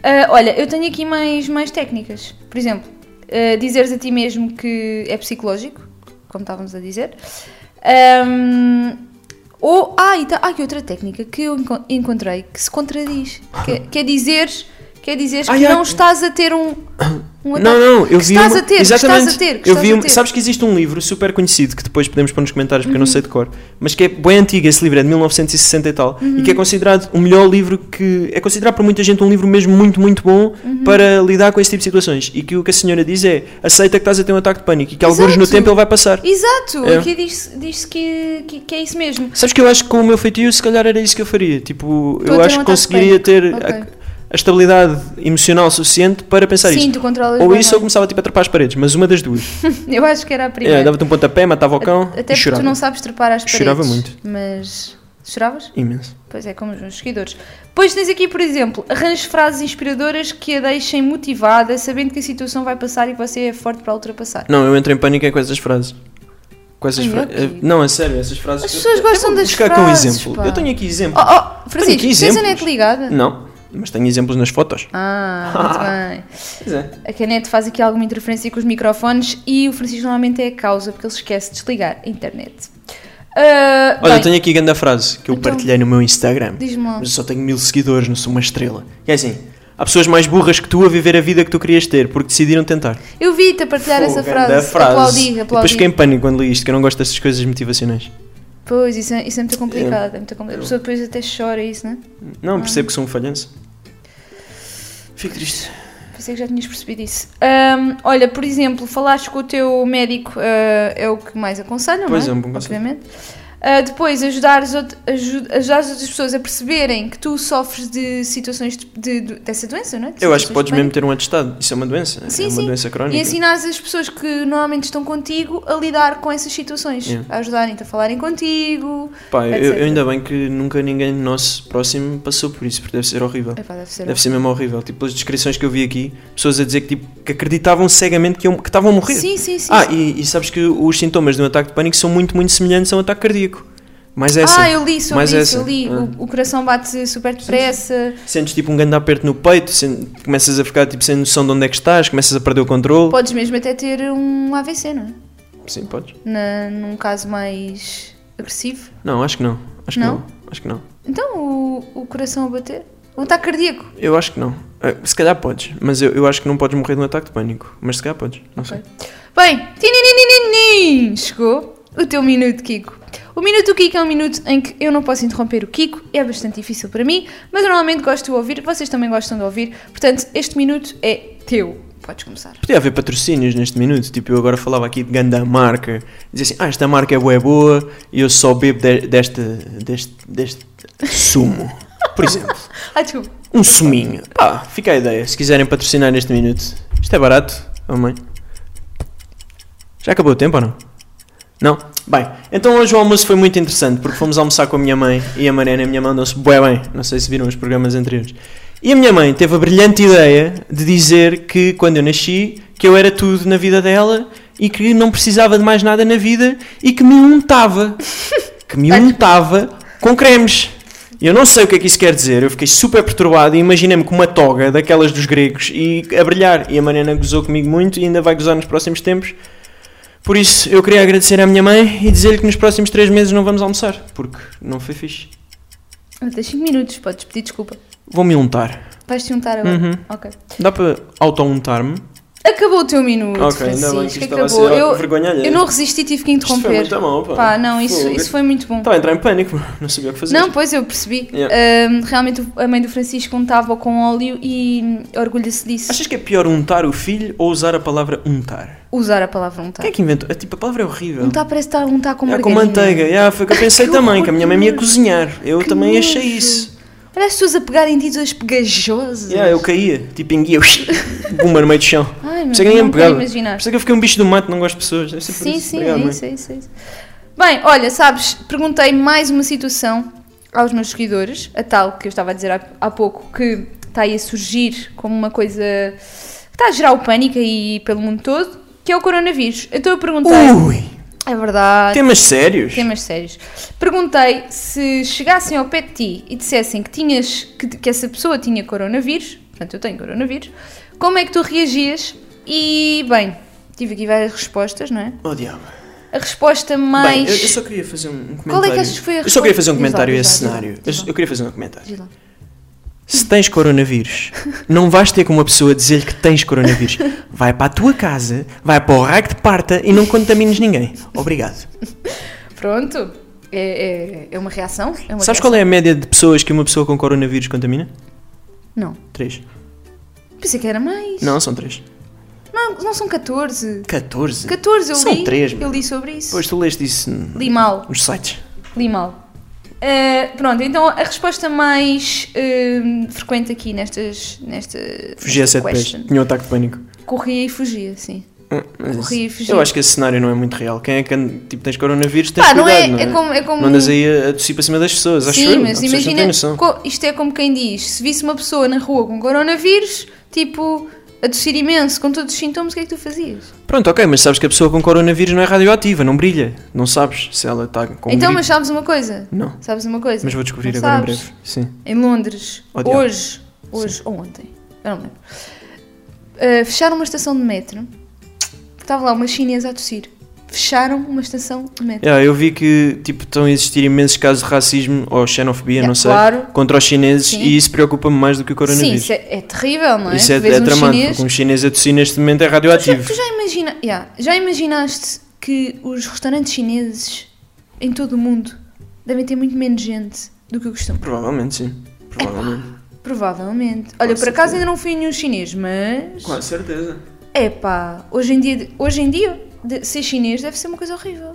S2: Ah, olha, eu tenho aqui mais, mais técnicas. Por exemplo, ah, dizeres a ti mesmo que é psicológico, como estávamos a dizer. Ahm, ou, ah, e tá, há aqui outra técnica que eu enco- encontrei que se contradiz. Que, que é dizeres, que é dizeres
S1: Ah,
S2: que
S1: é.
S2: não estás a ter um. um
S1: Não, não, eu
S2: que
S1: vi
S2: estás
S1: uma...
S2: a ter, que
S1: Exatamente.
S2: estás a ter, que
S1: eu
S2: estás
S1: vi
S2: a
S1: uma-
S2: ter.
S1: Sabes que existe um livro super conhecido que depois podemos pôr nos comentários porque eu não
S2: Uhum.
S1: sei de cor, mas que é bem antigo, esse livro é de 1960 e tal, e
S2: Uhum.
S1: que é considerado o melhor livro que é considerado por muita gente um livro mesmo muito, muito bom
S2: Uhum.
S1: para lidar com esse tipo de situações. E que o que a senhora diz é: aceita que estás a ter um ataque de pânico e que alguns no
S2: Exato.
S1: tempo ele vai passar.
S2: Exato,
S1: É.
S2: aqui diz-se diz que, que, que é isso mesmo.
S1: Sabes que eu acho que com o meu feitio se calhar era isso que eu faria. Tipo,
S2: Estou a
S1: eu
S2: ter
S1: acho
S2: um
S1: que
S2: ataque de
S1: conseguiria ter
S2: pânico.
S1: a-
S2: Ok.
S1: a, estabilidade emocional suficiente para pensar
S2: Sim,
S1: isto.
S2: tu controlas
S1: Ou
S2: bem
S1: isso
S2: mais.
S1: ou começava tipo, a trepar as paredes, mas uma das duas.
S2: Eu acho que era a primeira.
S1: É, dava-te um pontapé, matava o cão
S2: Até
S1: e
S2: porque
S1: chorava.
S2: tu não sabes trepar às paredes.
S1: Chorava muito.
S2: Mas. Choravas?
S1: Imenso.
S2: Pois é, como os meus seguidores. Pois tens aqui, por exemplo, arranjes frases inspiradoras que a deixem motivada, sabendo que a situação vai passar e que você é forte para a ultrapassar.
S1: Não, eu entro em pânico é com essas frases. Com essas
S2: Ai,
S1: fra-
S2: ok.
S1: eh, Não, é sério, essas frases.
S2: As pessoas
S1: Eu- eu
S2: gostam
S1: vou
S2: das
S1: buscar
S2: frases,
S1: com um exemplo.
S2: pá.
S1: Eu tenho aqui exemplos.
S2: Oh, oh, Francisco,
S1: aqui
S2: tens a net
S1: exemplos. Hum.
S2: ligada?
S1: Não, mas tenho exemplos nas fotos.
S2: Ah, muito bem.
S1: Pois é.
S2: A Canete faz aqui alguma interferência com os microfones e o Francisco normalmente é a causa, porque ele se esquece de desligar a internet. Ah,
S1: Olha,
S2: bem,
S1: eu tenho aqui a grande frase que eu
S2: Então,
S1: partilhei no meu Instagram.
S2: diz-me lá.
S1: Mas eu só tenho mil seguidores, não sou uma estrela. E é assim, há pessoas mais burras que tu a viver a vida que tu querias ter, porque decidiram tentar.
S2: Eu vi-te a partilhar
S1: Fogo,
S2: essa
S1: grande
S2: frase. Aplaudi,
S1: E
S2: aplaudi.
S1: Depois fiquei em pânico quando li isto, que eu não gosto dessas coisas motivacionais.
S2: Pois, isso é, isso é muito complicado. É muito complicado. A pessoa depois até chora isso, né?
S1: Não, percebo que sou um falhanço. Fico triste.
S2: Pensei que já tinhas percebido isso. Ahm, olha, por exemplo, falaste com o teu médico ah, é o que mais aconselho,
S1: Pois,
S2: não é?
S1: é um bom conselho.
S2: Obviamente. Ah, depois, ajudares, out- aju- ajudares outras pessoas a perceberem que tu sofres de situações de, de- de- dessa doença, não é? De
S1: Eu acho que
S2: situações de
S1: podes
S2: pânico.
S1: mesmo ter um atestado. Isso é uma doença.
S2: Sim,
S1: é uma
S2: sim.
S1: doença crónica.
S2: E assim, ensinares as pessoas que normalmente estão contigo a lidar com essas situações.
S1: Yeah.
S2: A ajudarem-te a falarem contigo.
S1: Pá, eu- eu,
S2: etc.
S1: ainda bem que nunca ninguém nosso próximo passou por isso, porque deve ser horrível.
S2: Epá, deve ser.
S1: Deve ser mesmo horrível. Tipo, pelas descrições que eu vi aqui, pessoas a dizer que, tipo, que acreditavam cegamente que iam- que estavam a morrer.
S2: Sim, sim, sim.
S1: ah, E, e sabes que os sintomas de um ataque de pânico são muito, muito semelhantes a um ataque cardíaco. é assim. Mais essa.
S2: Ah, eu li sobre
S1: Mais
S2: isso,
S1: essa.
S2: eu li.
S1: Ah.
S2: O, o coração bate super depressa.
S1: Sentes tipo um grande aperto no peito, sen- começas a ficar tipo, sem noção de onde é que estás, começas a perder o controle.
S2: Podes mesmo até ter um AVC, não é?
S1: Sim, podes.
S2: Na- num caso mais agressivo.
S1: Não, acho que não. Acho que
S2: Não?
S1: não. Acho que não.
S2: Então, o, o coração a bater? Um ataque cardíaco.
S1: Eu acho que não. Eh, Se calhar podes, mas eu, eu acho que não podes morrer de um ataque de pânico. Mas se calhar podes, não sei.
S2: Bem, tinininininin, chegou o teu minuto, Kiko. O minuto do Kiko é um minuto em que eu não posso interromper o Kiko, é bastante difícil para mim, mas eu normalmente gosto de o ouvir, vocês também gostam de ouvir, portanto, este minuto é teu. Podes começar.
S1: Podia haver patrocínios neste minuto, tipo eu agora falava aqui de ganda marca, dizia assim, ah esta marca é boa, é boa, e eu só bebo de- deste, deste, deste sumo, por exemplo,
S2: Ah, desculpa.
S1: um suminho, pá, fica a ideia, se quiserem patrocinar neste minuto, isto é barato, oh mãe, já acabou o tempo ou não? Não? Bem, então hoje o almoço foi muito interessante, porque fomos almoçar com a minha mãe, e a Mariana e a minha mãe andam-se bué bem, não sei se viram os programas anteriores, e a minha mãe teve a brilhante ideia de dizer que quando eu nasci, que eu era tudo na vida dela e que não precisava de mais nada na vida e que me untava. Que me untava com cremes. E Eu não sei o que é que isso quer dizer, eu fiquei super perturbado e imaginei-me com uma toga daquelas dos gregos e a brilhar. E a Mariana gozou comigo muito e ainda vai gozar nos próximos tempos. Por isso, eu queria agradecer à minha mãe e dizer-lhe que nos próximos três meses não vamos almoçar, porque não foi fixe.
S2: Tens 5 minutos, podes pedir desculpa.
S1: Vou-me untar.
S2: Vais-te juntar agora?
S1: Uhum.
S2: Ok.
S1: Dá para auto-untar-me?
S2: Acabou o teu minuto,
S1: Ok, ainda bem que
S2: Francisco. é
S1: isto estava a
S2: acabou.
S1: ser
S2: eu,
S1: vergonha alheia.
S2: eu não resisti e tive que
S1: Isto foi
S2: interromper.
S1: muito mal, pá.
S2: Pá, não, isso,
S1: Fogo. Tá,
S2: isso foi muito bom.
S1: Estava a entrar em pânico, mano. não sabia o que fazer.
S2: Não, pois eu percebi.
S1: Yeah.
S2: Ahm, realmente o- a mãe do Francisco untava com óleo e hum, orgulha-se disso.
S1: Achas que é pior untar o filho ou usar a palavra untar?
S2: Usar a palavra untar.
S1: Quem é que inventou? É, Tipo, a palavra é horrível.
S2: Untar tá, parece estar a untar com
S1: Ah,
S2: margarina.
S1: com manteiga. Ah, foi o que eu pensei
S2: que
S1: também,
S2: horror,
S1: que a minha mãe me ia
S2: que
S1: cozinhar. Eu
S2: que
S1: também
S2: nojo.
S1: achei isso.
S2: Olha as pessoas a pegarem em ti todas pegajosas.
S1: Yeah, eu caía, tipo, enguia, bumba no meio do chão.
S2: Ai,
S1: Por
S2: meu
S1: isso é que ninguém
S2: Deus,
S1: me
S2: não quero
S1: pegava.
S2: imaginar.
S1: Por isso é que eu fiquei um bicho do mato, não gosto de pessoas. Deve ser por
S2: Ah. Sim,
S1: isso.
S2: sim,
S1: Obrigado,
S2: é
S1: mãe.
S2: isso, é isso, é isso. Bem, olha, sabes, perguntei mais uma situação aos meus seguidores, a tal que eu estava a dizer há, há pouco, que está aí a surgir como uma coisa que está a gerar o pânico aí pelo mundo todo, que é o coronavírus. Então eu perguntei.
S1: Ui,
S2: É verdade.
S1: temas sérios.
S2: Temas sérios. Perguntei se chegassem ao pé de ti e dissessem que, tinhas, que, que essa pessoa tinha coronavírus, portanto eu tenho coronavírus, como é que tu reagias? E, bem, tive aqui várias respostas, não é?
S1: Oh, diabo.
S2: A resposta
S1: Bem,
S2: mais.
S1: eu, eu só queria fazer um um comentário.
S2: Qual é que achas que foi a
S1: Eu só queria fazer um
S2: resposta?
S1: comentário a
S2: Diz lá,
S1: esse
S2: diz lá,
S1: cenário.
S2: diz
S1: Eu,
S2: lá.
S1: eu queria fazer um comentário.
S2: Diz lá.
S1: Se tens coronavírus, não vais ter com uma pessoa dizer-lhe que tens coronavírus. Vai para a tua casa, vai para o raio que te parta e não contamines ninguém. Obrigado.
S2: Pronto. É, é- é uma reação? É uma
S1: Sabes qual é a média de pessoas que uma pessoa com coronavírus contamina?
S2: Não.
S1: Três.
S2: Pensei que era mais.
S1: Não, são três.
S2: Não, não são 14.
S1: 14.
S2: 14 eu
S1: São
S2: li.
S1: três,
S2: eu
S1: mano.
S2: li sobre isso.
S1: Pois tu leste isso n-
S2: Li mal.
S1: nos sites.
S2: Li mal. Uh, pronto, então a resposta mais um, frequente aqui nestas. Nesta,
S1: Fugia a
S2: nesta
S1: sete pés.
S2: question.
S1: Tinha um ataque de pânico.
S2: Corria e fugia, sim.
S1: Hum, mas isso-
S2: Corria e fugia.
S1: Eu acho que esse cenário não é muito real. Quem é que anda- tipo, tens coronavírus, tens
S2: Pá, não
S1: cuidado,
S2: é,
S1: não é?
S2: é como. É como
S1: Não andas aí a, a tossir para cima das pessoas, acho
S2: Sim,
S1: eu.
S2: mas
S1: Há pessoas que não é têm
S2: imagina,
S1: noção.
S2: co- isto é como quem diz: se visse uma pessoa na rua com coronavírus, tipo, a tossir imenso, com todos os sintomas, o que é que tu fazias?
S1: Pronto, ok, mas sabes que a pessoa com coronavírus não é radioativa, não brilha. Não sabes se ela está com um
S2: então,
S1: gripe.
S2: mas sabes uma coisa?
S1: Não,
S2: Sabes uma coisa?
S1: mas vou descobrir
S2: Não
S1: agora em
S2: sabes.
S1: breve. Sim.
S2: Em Londres,
S1: Oh, diabo.
S2: hoje, hoje ou ontem, eu não me lembro, uh, fecharam uma estação de metro, que estava lá uma chinesa a tossir. Fecharam uma estação de metro.
S1: Yeah, eu vi que tipo, estão a existir imensos casos de racismo ou xenofobia,
S2: Yeah,
S1: não sei,
S2: claro.
S1: contra os chineses
S2: Sim.
S1: e isso preocupa-me mais do que o
S2: Sim,
S1: coronavírus.
S2: isso é, é terrível, não é?
S1: Isso é,
S2: Tu vês
S1: é
S2: um
S1: tramado,
S2: chinês-
S1: porque um chinês a tossir neste momento é
S2: Tu já,
S1: radioativo.
S2: Tipo, tu já imagina, yeah, já imaginaste que os restaurantes chineses em todo o mundo devem ter muito menos gente do que costumam?
S1: Provavelmente, sim. Provavelmente.
S2: Provavelmente. Olha, por
S1: certeza.
S2: acaso ainda não fui em nenhum chinês, mas.
S1: Com certeza.
S2: Epá, hoje em dia, hoje em dia de- ser chinês deve ser uma coisa horrível.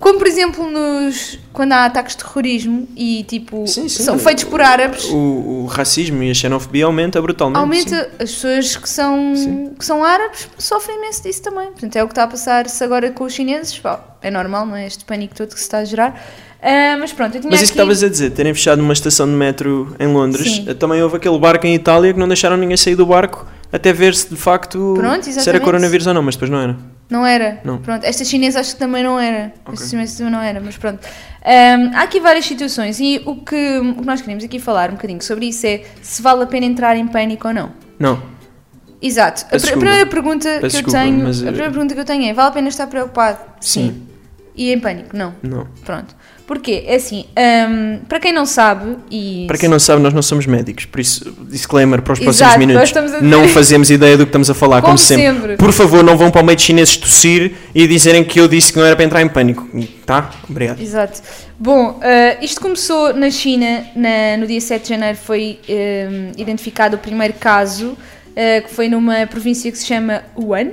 S2: Como por exemplo nos quando há ataques de terrorismo e tipo
S1: Sim, sim.
S2: são feitos por árabes,
S1: O, o racismo e a xenofobia aumenta brutalmente. sim.
S2: aumenta as pessoas que são
S1: Sim.
S2: que são árabes sofrem imenso disso também. Portanto, é o que está a passar-se agora com os chineses. Pá, é normal, não é este pânico todo que se está a gerar. Ah, mas pronto, eu tinha
S1: Mas isso que
S2: aqui-
S1: estavas a dizer, terem fechado uma estação de metro em Londres, eh,
S2: Sim.
S1: também houve aquele barco em Itália que não deixaram ninguém sair do barco até ver se de facto
S2: Pronto,
S1: se era
S2: exatamente.
S1: coronavírus ou não, mas depois não era.
S2: Não era?
S1: Não.
S2: Pronto, esta chinesa acho que também não era.
S1: Ok.
S2: Esta chinesa também não era, mas pronto. Ahm, há aqui várias situações e o que, o que nós queremos aqui falar um bocadinho sobre isso é se vale a pena entrar em pânico ou não.
S1: Não.
S2: Exato.
S1: Peço
S2: A, pr- a
S1: desculpa.
S2: primeira pergunta que
S1: Peço
S2: eu
S1: desculpa,
S2: tenho,
S1: mas,
S2: a
S1: eh,
S2: primeira pergunta que eu tenho é vale a pena estar preocupado?
S1: Sim.
S2: E em pânico? Não.
S1: Não.
S2: Pronto. Porquê? É assim, ahm, para quem não sabe e
S1: Para quem não sabe, nós não somos médicos, por isso, disclaimer para os próximos
S2: Exato, nós
S1: minutos.
S2: estamos a
S1: Não
S2: dizer-
S1: fazemos ideia do que estamos a falar, como,
S2: Como
S1: sempre.
S2: sempre.
S1: Por favor, não vão para o meio de chineses tossir e dizerem que eu disse que não era para entrar em pânico. Tá? Obrigado.
S2: Exato. Bom, eh, isto começou na China, na- no dia 7 de janeiro foi eh, identificado o primeiro caso, eh, que foi numa província que se chama Wuhan.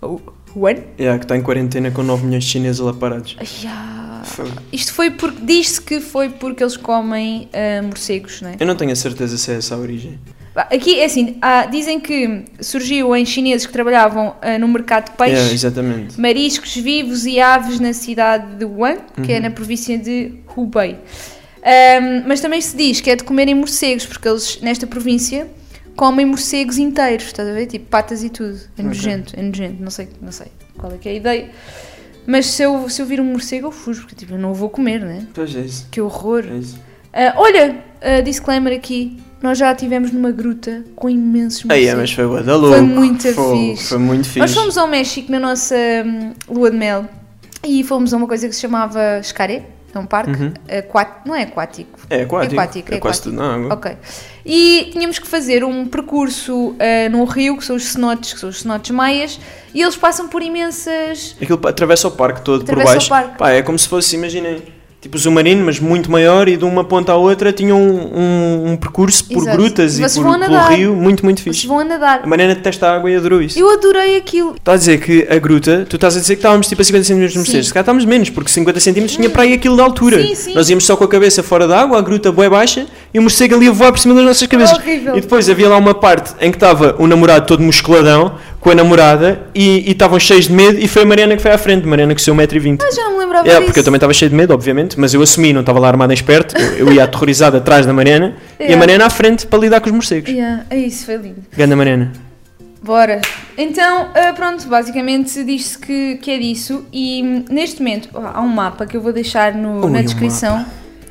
S2: Ou- Wuhan?
S1: Yeah, É, que está em quarentena com 9 milhões de chineses lá parados.
S2: Ai, ah.
S1: Fogo.
S2: Isto foi porque, diz-se que foi porque eles comem eh, morcegos, não é?
S1: Eu não tenho a certeza se é essa a origem.
S2: Bah, Aqui, é assim, há- dizem que surgiu em chineses que trabalhavam eh, no mercado de peixe.
S1: Yeah, É, exatamente.
S2: mariscos vivos e aves na cidade de Wuhan, que
S1: Uhum.
S2: é na província de Hubei. Ahm, mas também se diz que é de comerem morcegos, porque eles, nesta província, comem morcegos inteiros, estás a ver? Tipo patas e tudo. É nojento, é nojento, não sei, não sei qual é que é a ideia. Mas se eu, se eu vir um morcego, eu fujo, porque tipo, eu não o vou comer, né?
S1: Pois é isso.
S2: Que horror.
S1: É isso.
S2: Ah, olha, ah, disclaimer aqui, nós já estivemos numa gruta com imensos
S1: Aí,
S2: morcegos.
S1: é, mas foi bué da louco.
S2: muito
S1: foi,
S2: fixe.
S1: Foi muito fixe.
S2: Nós fomos ao México na nossa hum, lua de mel e fomos a uma coisa que se chamava escaré. É um parque aquático. Não é aquático.
S1: Uhum. É aquático.
S2: aquático,
S1: É,
S2: é
S1: quase
S2: aquático.
S1: tudo na água.
S2: Ok. E tínhamos que fazer um percurso eh, num rio, que são os cenotes, que são os cenotes maias, e eles passam por imensas.
S1: Aquilo pa- atravessa o parque todo por
S2: Atravessa o
S1: baixo.
S2: parque.
S1: Pá, é como se fosse, imaginem, tipo o submarino, mas muito maior e de uma ponta à outra tinha um, um, um percurso por
S2: Exato.
S1: grutas e
S2: Vocês
S1: por,
S2: vão a
S1: pelo
S2: nadar.
S1: rio muito, muito
S2: Eles
S1: fixe.
S2: vão a nadar.
S1: A Mariana detesta a água e adorou isso.
S2: Eu adorei aquilo.
S1: Está a dizer que a gruta, tu estás a dizer que estávamos tipo a 50 cm de
S2: Sim.
S1: mesteiro, se calhar estávamos menos, porque 50 cm tinha para aí aquilo de altura.
S2: Sim, sim.
S1: Nós íamos só com a cabeça fora da água, a gruta boé baixa e o morcego ali a voar por cima das nossas cabeças.
S2: horrível.
S1: E depois havia lá uma parte em que estava o namorado todo musculadão com a namorada e e estavam cheios de medo e foi a Mariana que foi à frente, Mariana que saiu 1,20m.
S2: Ah, já não me lembrava
S1: É,
S2: disso.
S1: porque eu também estava cheio de medo, obviamente, mas eu assumi, não estava lá armado em esperto, eu, eu ia aterrorizado atrás da Mariana e
S2: É.
S1: a Mariana à frente para lidar com os morcegos.
S2: Yeah, é isso, foi lindo.
S1: Ganda Mariana.
S2: Bora. Então, ah, pronto, basicamente diz-se que, que é disso. E hum, neste momento ah, há um mapa que eu vou deixar no-
S1: Ui,
S2: na
S1: um
S2: descrição.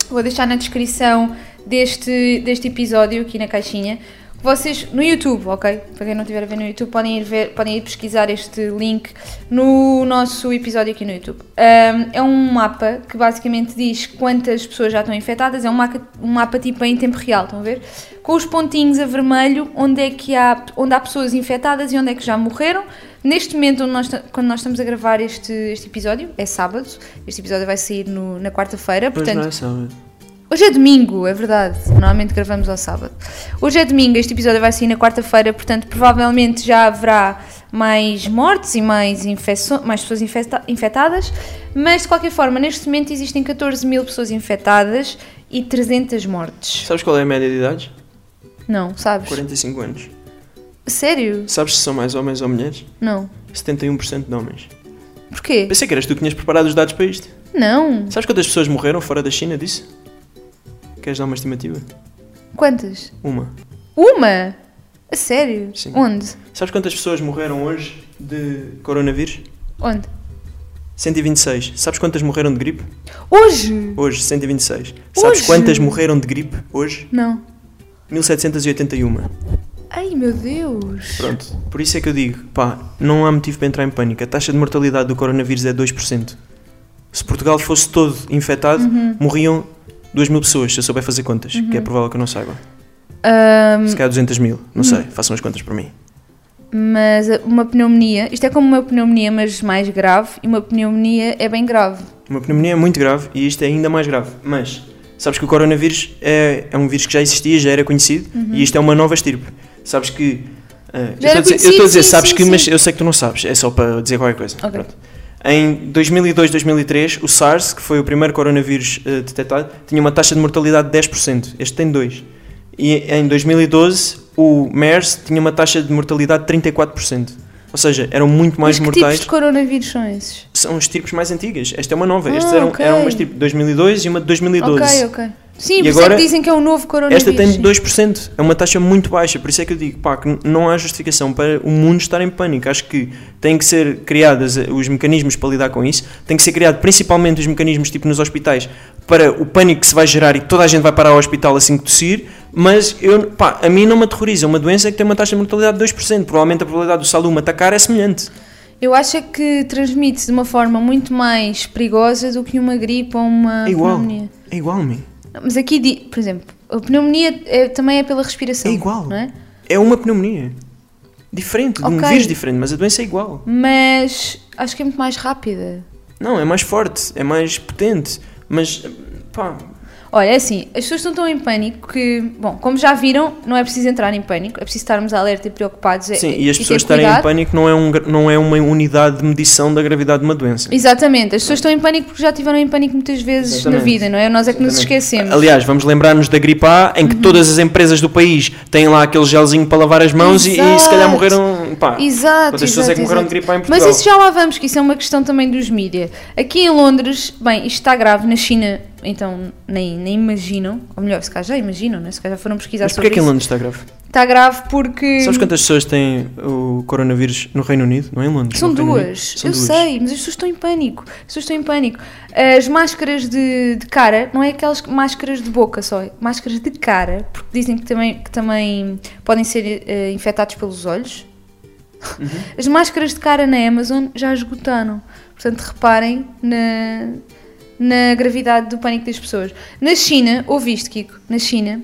S2: vou deixar na descrição deste, deste episódio aqui na caixinha. Vocês no YouTube, ok? Para quem não estiver a ver no YouTube, podem ir, ver, podem ir pesquisar este link no nosso episódio aqui no YouTube. Ahm, é um mapa que basicamente diz quantas pessoas já estão infectadas. É um mapa, um mapa tipo em tempo real, estão a ver? Com os pontinhos a vermelho, onde é que há, onde há pessoas infectadas e onde é que já morreram. Neste momento, onde nós ta- quando nós estamos a gravar este, este episódio, é sábado. Este episódio vai sair no- na quarta-feira,
S1: Mas
S2: portanto.
S1: não é sábado.
S2: Hoje é domingo, é verdade. Normalmente gravamos ao sábado. Hoje é domingo, este episódio vai sair na quarta-feira, portanto, provavelmente já haverá mais mortes e mais, infecço- mais pessoas infecta- infectadas. Mas, de qualquer forma, neste momento existem 14 mil pessoas infectadas e 300 mortes.
S1: Sabes qual é a média de idades?
S2: Não, sabes?
S1: 45 anos.
S2: Sério?
S1: Sabes se são mais homens ou mulheres?
S2: Não.
S1: 71% de homens.
S2: Porquê?
S1: Pensei que eras tu que tinhas preparado os dados para isto.
S2: Não.
S1: Sabes quantas pessoas morreram fora da China disso? Queres dar uma estimativa?
S2: Quantas?
S1: Uma.
S2: Uma? A sério?
S1: Sim.
S2: Onde?
S1: Sabes quantas pessoas morreram hoje de coronavírus?
S2: Onde?
S1: 126. Sabes quantas morreram de gripe?
S2: Hoje?
S1: Hoje, 126. Sabes
S2: Hoje?
S1: quantas morreram de gripe hoje?
S2: Não.
S1: 1781.
S2: Ai, meu Deus.
S1: Pronto. Por isso é que eu digo, pá, não há motivo para entrar em pânico. A taxa de mortalidade do coronavírus é 2%. Se Portugal fosse todo infectado,
S2: Uhum.
S1: morriam 2 mil pessoas, se eu souber fazer contas, que é provável que eu não saiba.
S2: Ahm,
S1: Se calhar 200 mil, não sei, façam as contas para mim.
S2: Mas a- uma pneumonia, isto é como uma pneumonia, mas mais grave, e uma pneumonia é bem grave.
S1: Uma pneumonia é muito grave e isto é ainda mais grave. Mas sabes que o coronavírus é, é um vírus que já existia, já era conhecido e isto é uma nova estirpe. Sabes que. ah,
S2: Já
S1: eu estou a
S2: era
S1: dizer- eu
S2: conhecido,
S1: estou a dizer,
S2: sim,
S1: sabes
S2: sim,
S1: que,
S2: sim.
S1: mas eu sei que tu não sabes, é só para dizer qualquer coisa.
S2: Ok.
S1: Pronto. Em 2002, 2003, o SARS, que foi o primeiro coronavírus ah, detectado, tinha uma taxa de mortalidade de 10%. Este tem 2%. E em 2012, o MERS tinha uma taxa de mortalidade de 34%. Ou seja, eram muito mais
S2: mas que
S1: mortais
S2: tipos de coronavírus são esses?
S1: são estirpes mais antigas. Esta é uma nova. Estas
S2: Ah,
S1: eram,
S2: ok.
S1: eram umas tipo de 2002 e uma de 2012.
S2: Ok, ok. Sim,
S1: E
S2: por isso é
S1: agora-
S2: que dizem que é o novo coronavírus.
S1: Esta tem
S2: sim.
S1: 2%, é uma taxa muito baixa, por isso é que eu digo pá, que n- não há justificação para o mundo estar em pânico. Acho que têm que ser criados eh, os mecanismos para lidar com isso, tem que ser criado principalmente os mecanismos tipo nos hospitais para o pânico que se vai gerar e que toda a gente vai parar ao hospital assim que tossir, mas eu, pá, a mim não me aterroriza. Uma doença que tem uma taxa de mortalidade de 2%, provavelmente a probabilidade do salume atacar é semelhante.
S2: Eu acho é que transmite de uma forma muito mais perigosa do que uma gripe ou uma
S1: É igual.
S2: pneumonia.
S1: É igual, man.
S2: Não, Mas aqui, di- por exemplo, a pneumonia é- também é pela respiração.
S1: É igual.
S2: Não é?
S1: É uma pneumonia. Diferente, de um
S2: Ok.
S1: vírus diferente, mas a doença é igual.
S2: Mas acho que é muito mais rápida.
S1: Não, é mais forte, é mais potente, mas pá,
S2: Olha, é assim, as pessoas estão tão em pânico que, bom, como já viram, não é preciso entrar em pânico, é preciso estarmos alerta e preocupados. é-
S1: sim, e as
S2: ter
S1: pessoas estarem em
S2: cuidado.
S1: pânico não é, um, gra- não é uma unidade de medição da gravidade de uma doença.
S2: Exatamente, as pessoas estão em pânico porque já estiveram em pânico muitas vezes na
S1: Exatamente.
S2: vida, não é? Nós é que nos
S1: Exatamente.
S2: esquecemos. Uhum.
S1: Aliás, vamos lembrar-nos da gripe A, em que todas as empresas do país têm lá aquele gelzinho para lavar as mãos e, e se calhar
S2: Exato.
S1: morreram, pá,
S2: Exato,
S1: quantas pessoas
S2: exato,
S1: é que morreram
S2: exato.
S1: de gripe A em Portugal?
S2: Mas isso já lá vamos, que isso é uma questão também dos mídia. Aqui em Londres, bem, isto está grave, na China, então nem, nem imaginam, ou melhor, se calhar já imaginam, né? se calhar já foram pesquisar
S1: Mas porquê é
S2: sobre
S1: que em
S2: isso. Hum.
S1: Londres está grave?
S2: Está grave porque...
S1: Sabes quantas pessoas têm o coronavírus no Reino Unido? Não é em Londres?
S2: São
S1: no Reino Unido.
S2: duas,
S1: São
S2: eu
S1: duas.
S2: sei, mas as pessoas estão em pânico. As pessoas estão em pânico. As máscaras de, de cara, não é aquelas máscaras de boca só, é máscaras de cara, porque dizem que também, que também podem ser eh, infectados pelos olhos.
S1: Uhum.
S2: As máscaras de cara na Amazon já esgotaram. Portanto, reparem na, na gravidade do pânico das pessoas. Na China, ouviste, Kiko, na China,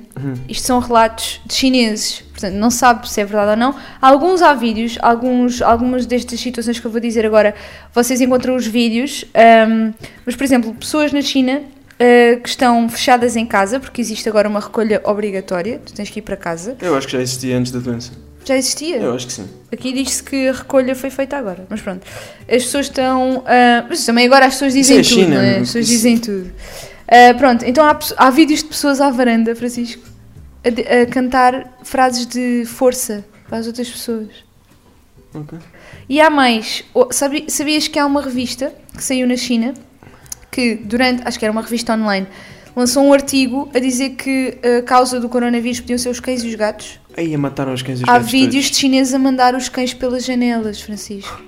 S2: isto são relatos de chineses, portanto, não sabe se é verdade ou não. Alguns há vídeos, alguns, algumas destas situações que eu vou dizer agora, vocês encontram os vídeos, ahm, mas, por exemplo, pessoas na China ah, que estão fechadas em casa, porque existe agora uma recolha obrigatória, tu tens que ir para casa.
S1: Eu acho que já existia antes da doença.
S2: Já existia?
S1: Eu acho que sim.
S2: Aqui diz-se que a recolha foi feita agora, mas pronto. As pessoas estão. ah, mas também agora as pessoas dizem
S1: Isso é a
S2: tudo,
S1: China,
S2: não é?
S1: meu.
S2: As pessoas
S1: Isso-
S2: dizem tudo. Ah, pronto, então há, pesso- há vídeos de pessoas à varanda, Francisco, a, de- a cantar frases de força para as outras pessoas.
S1: Ok.
S2: E há mais. O- sabi- sabias que há uma revista que saiu na China que, durante. Acho que era uma revista online. Lançou um artigo a dizer que a causa do coronavírus podiam ser os cães e os gatos.
S1: Aí a mataram os cães e os
S2: Há
S1: gatos
S2: vídeos de chineses a mandar os cães pelas janelas, Francisco.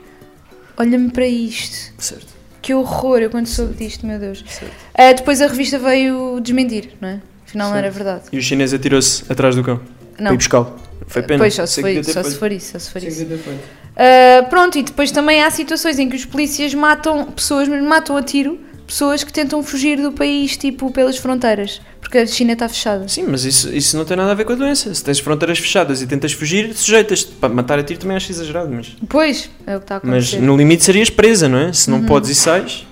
S2: Olha-me para isto.
S1: todos. Certo,
S2: Que horror, eu quando soube disto, meu Deus.
S1: certo.
S2: Ah, depois a revista veio desmentir, não é? Afinal não era
S1: Certo.
S2: verdade.
S1: E o chinês atirou-se atrás do cão. Para
S2: Não. Ah,
S1: ir buscá-lo. Foi é pena.
S2: Pois, só se,
S1: Sei
S2: foi-
S1: que até
S2: só
S1: foi.
S2: se for isso, só se for
S1: Sei que
S2: isso.
S1: até foi.
S2: Uh, pronto, e depois também há situações em que os polícias matam pessoas, mas matam a tiro pessoas que tentam fugir do país, tipo pelas fronteiras, porque a China está fechada.
S1: Sim, mas isso, isso não tem nada a ver com a doença. Se tens fronteiras fechadas e tentas fugir, sujeitas-te. Para matar a tiro também acho exagerado, mas.
S2: Pois, é o que está a
S1: Mas
S2: acontecer.
S1: no limite serias presa, não é? Se
S2: Uhum.
S1: não podes e sais.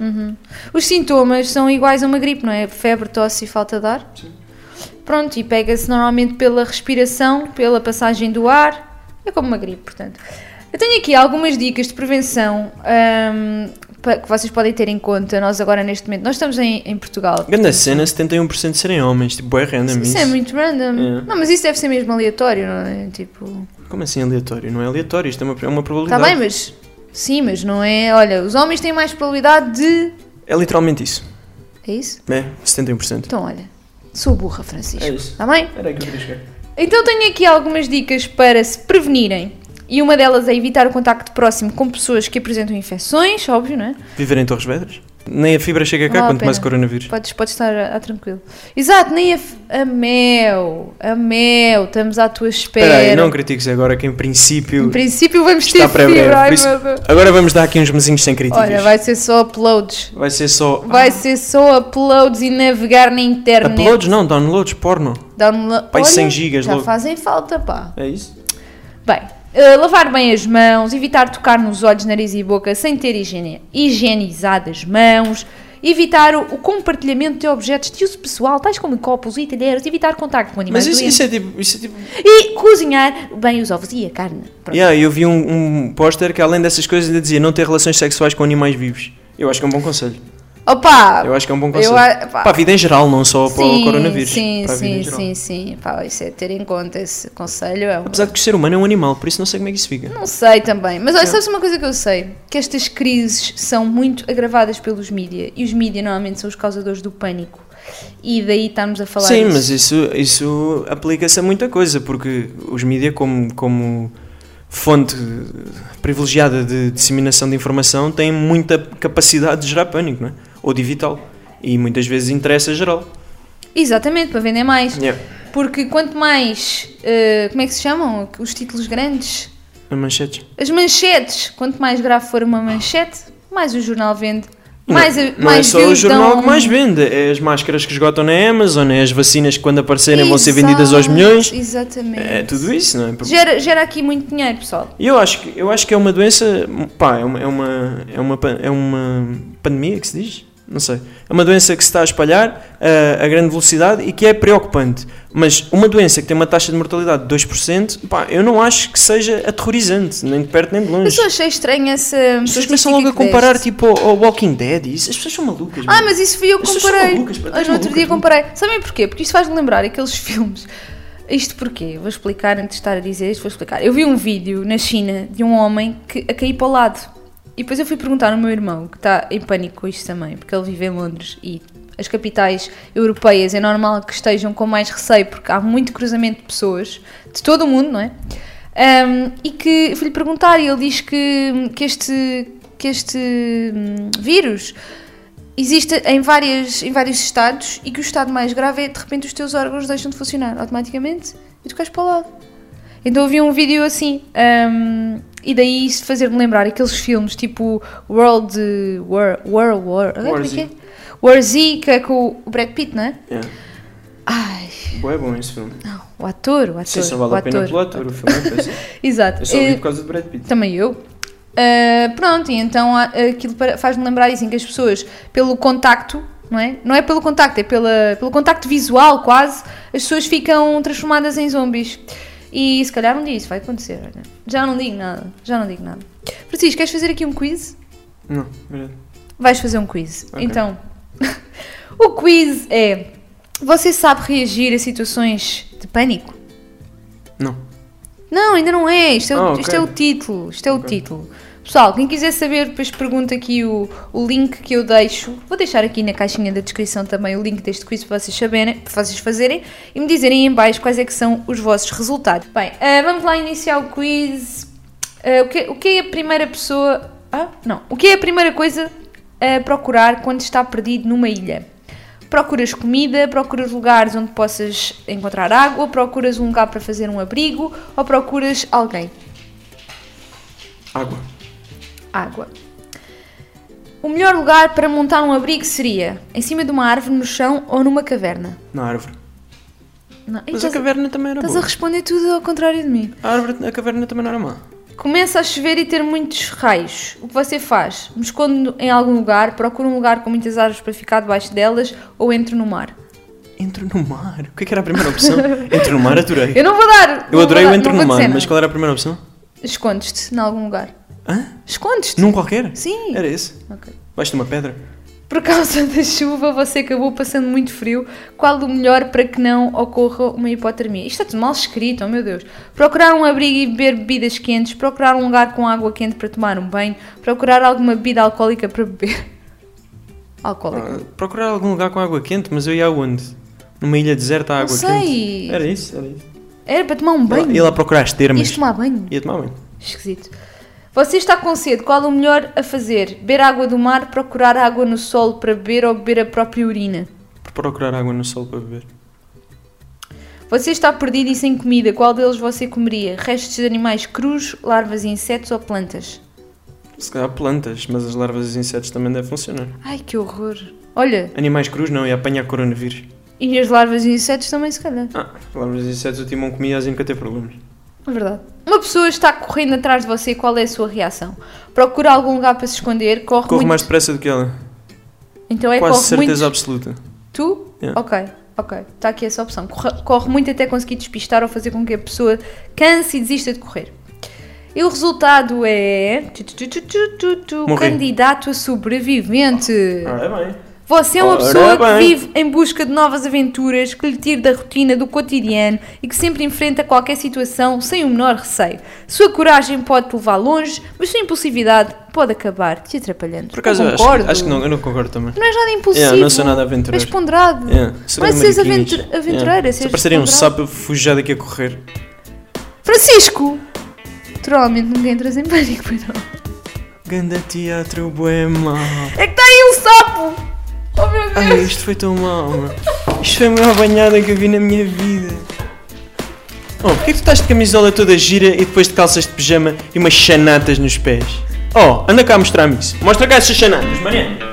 S2: Os sintomas são iguais a uma gripe, não é? Febre, tosse e falta de ar. Pronto, e pega-se normalmente pela respiração, pela passagem do ar. É como uma gripe, portanto. Eu tenho aqui algumas dicas de prevenção ahm, pa- que vocês podem ter em conta. Nós agora, neste momento, nós estamos em, em Portugal.
S1: Grande cena, 71% de serem homens. Tipo, é random isso.
S2: Isso é muito random.
S1: É.
S2: Não, mas isso deve ser mesmo aleatório, não é? Tipo.
S1: Como assim aleatório? Não é aleatório, isto é uma, é uma
S2: Está
S1: probabilidade.
S2: Tá bem, mas. Sim, mas não é. Olha, os homens têm mais probabilidade de.
S1: É literalmente isso.
S2: É isso?
S1: É, 71%.
S2: Então, olha. Sou burra, Francisco.
S1: É isso.
S2: Está bem?
S1: Era aí que eu queria chegar.
S2: Então tenho aqui algumas dicas para se prevenirem. E uma delas é evitar o contacto próximo com pessoas que apresentam infecções, óbvio, não é?
S1: Viver em Torres Vedras? Nem a fibra chega cá,
S2: Não vale a
S1: quanto mais o
S2: pena.
S1: coronavírus.
S2: Podes, podes estar a, a tranquilo. Exato, nem a, f- a mel. A mel, estamos à tua espera.
S1: Espera aí, não critiques agora que em princípio
S2: Em princípio vamos ter
S1: está para breve.
S2: fibra. Ai,
S1: Por isso,
S2: meu Deus.
S1: agora vamos dar aqui uns mesinhos sem críticas.
S2: Olha, vai ser só uploads.
S1: Vai ser só.
S2: Vai ser só uploads e navegar na internet.
S1: Ah. Uploads não, downloads, porno.
S2: Download...
S1: Pai,
S2: Olha,
S1: 100 gigas
S2: já
S1: logo.
S2: fazem falta, pá.
S1: É isso?
S2: Bem, eh, lavar bem as mãos, evitar tocar nos olhos, nariz e boca sem ter higiene, higienizado as mãos, evitar o, o compartilhamento de objetos de uso pessoal, tais como copos e talheres, evitar contacto com animais
S1: Mas isso,
S2: doentes
S1: isso é tipo. Isso é tipo...
S2: e cozinhar bem os ovos e a carne. Pronto.
S1: Yeah, eu vi um, um póster que além dessas coisas ainda dizia não ter relações sexuais com animais vivos. Eu acho que é um bom conselho.
S2: Opa!
S1: Eu acho que é um bom
S2: Eu
S1: conselho.
S2: a- pá.
S1: Para a vida em geral, não só para o coronavírus.
S2: Sim,
S1: para a vida em
S2: sim,
S1: geral.
S2: sim, sim. Pá, isso é ter em conta esse conselho. É um-
S1: Apesar de que o ser humano é um animal, por isso não sei como é que isso fica.
S2: Não sei também. Mas olha, sabes uma coisa que eu sei? Que estas crises são muito agravadas pelos mídia. E os mídia normalmente são os causadores do pânico. E daí estamos a falar
S1: Sim,
S2: disso.
S1: mas isso, isso aplica-se a muita coisa, porque os mídia, como, como fonte privilegiada de disseminação de informação, têm muita capacidade de gerar pânico, não é? Ou de evitá-lo. E muitas vezes interessa geral.
S2: Exatamente, para vender mais. Porque quanto mais. eh, como é que se chamam? Os títulos grandes?
S1: A manchete.
S2: As manchetes. Quanto mais grave for uma manchete, mais o jornal vende.
S1: Não,
S2: Mais, a-
S1: não
S2: mais
S1: é só o
S2: views
S1: jornal
S2: dão-
S1: que mais vende, é as máscaras que esgotam na Amazon, é as vacinas que quando aparecerem vão ser
S2: Exato,
S1: vendidas aos milhões.
S2: Exatamente.
S1: É tudo isso, não é? Porque-
S2: Gera, gera aqui muito dinheiro, pessoal.
S1: E eu acho, que- eu acho que é uma doença. Pá, é uma, é, uma, é, uma, pan- é uma pandemia que se diz? Não sei. É uma doença que se está a espalhar ah, a, grande velocidade e que é preocupante. Mas uma doença que tem uma taxa de mortalidade de 2%, pá, eu não acho que seja aterrorizante, nem de perto nem de
S2: Eu
S1: longe.
S2: só achei estranho essa.
S1: As pessoas começam logo a comparar tipo ao, ao Walking Dead e isso. As pessoas são malucas.
S2: é Ah,
S1: mano.
S2: mas isso fui eu que
S1: As pessoas
S2: comparei.
S1: são malucas, pá,
S2: Hoje,
S1: estás
S2: no outro
S1: maluca,
S2: dia
S1: tu?
S2: comparei. Sabem porquê? Porque isto faz-me lembrar aqueles filmes. Isto porquê? Vou explicar antes de estar a dizer isto, vou explicar. Eu vi um vídeo na China de um homem que a cair para o lado. E depois eu fui perguntar ao meu irmão, que está em pânico com isto também, porque ele vive em Londres e as capitais europeias é normal que estejam com mais receio, porque há muito cruzamento de pessoas de todo o mundo, não é? Ahm, e que eu fui-lhe perguntar e ele diz que, que este, que este hum, vírus existe em, várias, em vários estados e que o estado mais grave é de repente os teus órgãos deixam de funcionar automaticamente e tu cais para o lado. Então eu vi um vídeo assim hum, E daí isto fazer-me lembrar aqueles filmes tipo World eh, War World War, como é que é?
S1: War Z.
S2: War Z, que é com o Brad Pitt, não é?
S1: Yeah.
S2: Ai,
S1: Bué bom esse filme.
S2: não, o ator, o ator.
S1: Sim, só vale
S2: o
S1: a pena pelo ator, o filme é péssimo.
S2: Exato.
S1: Eu só vi
S2: Eh,
S1: por causa do Brad Pitt.
S2: Também eu. Ah, pronto, e então há- aquilo para- faz-me lembrar isso, em que as pessoas, pelo contacto, não é? Não é pelo contacto, é pela, pelo contacto visual quase, as pessoas ficam transformadas em zombies. E se calhar um dia isso vai acontecer, olha. Já não digo nada, já não digo nada. Francisco, queres fazer aqui um quiz?
S1: Não, verdade.
S2: Vais fazer um quiz.
S1: Ok.
S2: Então, o quiz é: você sabe reagir a situações de pânico?
S1: Não.
S2: Não, ainda não é. Isto é, o-
S1: Ah, ok.
S2: isto é o título. Isto é o
S1: Ok.
S2: título. Pessoal, quem quiser saber, depois pergunta aqui o, o link que eu deixo. Vou deixar aqui na caixinha da descrição também o link deste quiz para vocês saberem, para vocês fazerem e me dizerem em baixo quais é que são os vossos resultados. Bem, ah, vamos lá iniciar o quiz. Ah, o, que, o que é a primeira pessoa. Ah, não. O que é a primeira coisa a procurar quando está perdido numa ilha? Procuras comida, procuras lugares onde possas encontrar água, procuras um lugar para fazer um abrigo ou procuras alguém.
S1: Água.
S2: Água. O melhor lugar para montar um abrigo seria em cima de uma árvore, no chão ou numa caverna.
S1: Na árvore.
S2: Não, e
S1: Mas
S2: estás,
S1: a caverna também era
S2: Então, estás a
S1: boa.
S2: responder tudo ao contrário de mim.
S1: A, árvore, a caverna também não era má.
S2: Começa a chover e ter muitos raios. O que você faz? Me escondo em algum lugar, procuro um lugar com muitas árvores para ficar debaixo delas ou entro no mar.
S1: Entro no mar. O que é que era a primeira opção? Entro no mar, adorei.
S2: Eu não vou dar!
S1: Eu adorei o
S2: o
S1: entro no mar, mas qual era a primeira opção?
S2: Escondes-te em algum lugar.
S1: Hã?
S2: Escondes-te?
S1: Num qualquer?
S2: Sim.
S1: Era esse.
S2: Ok.
S1: Baixo de uma pedra.
S2: Por causa da chuva, você acabou passando muito frio. Qual o melhor para que não ocorra uma hipotermia? Isto está tudo mal escrito, oh meu Deus. Procurar um abrigo e beber bebidas quentes. Procurar um lugar com água quente para tomar um banho. Procurar alguma bebida alcoólica para beber. Alcoólica.
S1: Ah, procurar algum lugar com água quente, mas eu ia aonde? Numa ilha deserta, há
S2: Não
S1: água
S2: sei.
S1: quente. Era isso, era isso.
S2: Era para tomar um banho.
S1: Ia lá procurar as termas.
S2: Ias tomar banho.
S1: Ia tomar banho.
S2: Esquisito. Você está com sede, qual o melhor a fazer? Beber água do mar, procurar água no sol para beber ou beber a própria urina?
S1: Por procurar água no sol para beber.
S2: Você está perdido e sem comida, qual deles você comeria? Restos de animais crus, larvas, insetos ou plantas?
S1: Se calhar plantas, mas as larvas e os insetos também devem funcionar.
S2: Ai que horror! Olha,
S1: Animais crus não, ia apanhar coronavírus.
S2: e as larvas e insetos também, se calhar.
S1: Ah, larvas e insetos o Timão comia assim nunca ter problemas.
S2: É verdade. Uma pessoa está correndo atrás de você, qual é a sua reação? Procura algum lugar para se esconder, corre,
S1: Corre
S2: Oh, muito.
S1: mais depressa do que ela.
S2: Então é
S1: Quase
S2: corre
S1: certeza
S2: muito.
S1: absoluta.
S2: Tu?
S1: Yeah.
S2: Ok, ok. Está aqui essa opção. Corre, corre muito até conseguir despistar ou fazer com que a pessoa canse e desista de correr. E o resultado é. tu, tu, tu, tu, tu, tu, tu,
S1: Morri. Ah.
S2: Candidato a sobrevivente.
S1: Ora bem.
S2: Você é uma
S1: Ora
S2: pessoa que
S1: bem.
S2: vive em busca de novas aventuras, que lhe tire da rotina do cotidiano e que sempre enfrenta qualquer situação sem o menor receio. Sua coragem pode te levar longe, mas sua impulsividade pode acabar te atrapalhando.
S1: Por acaso,
S2: Eu
S1: eu acho,
S2: concordo.
S1: acho que não, eu não concordo também.
S2: Não és nada impulsivo.
S1: Yeah, não sou nada aventureiro.
S2: És ponderado.
S1: Yeah,
S2: Não é
S1: saber
S2: seres
S1: mariquinhas.
S2: aventur- aventureira,
S1: Se
S2: seres
S1: aparecerem um
S2: ponderado.
S1: sapo, eu fujo já daqui a correr.
S2: Francisco! Naturalmente nunca entras em pânico, pois não.
S1: Ganda teatro, bué mal.
S2: É que está aí um sapo! Oh meu
S1: Ai,
S2: Deus!
S1: Ah, isto foi tão mal, mano. Isto foi a melhor banhada que eu vi na minha vida. Oh, porquê que tu estás de camisola toda gira e depois de calças de pijama e umas chanatas nos pés? Oh, anda cá a mostrar-me isso. Mostra cá essas chanatas, Mariana.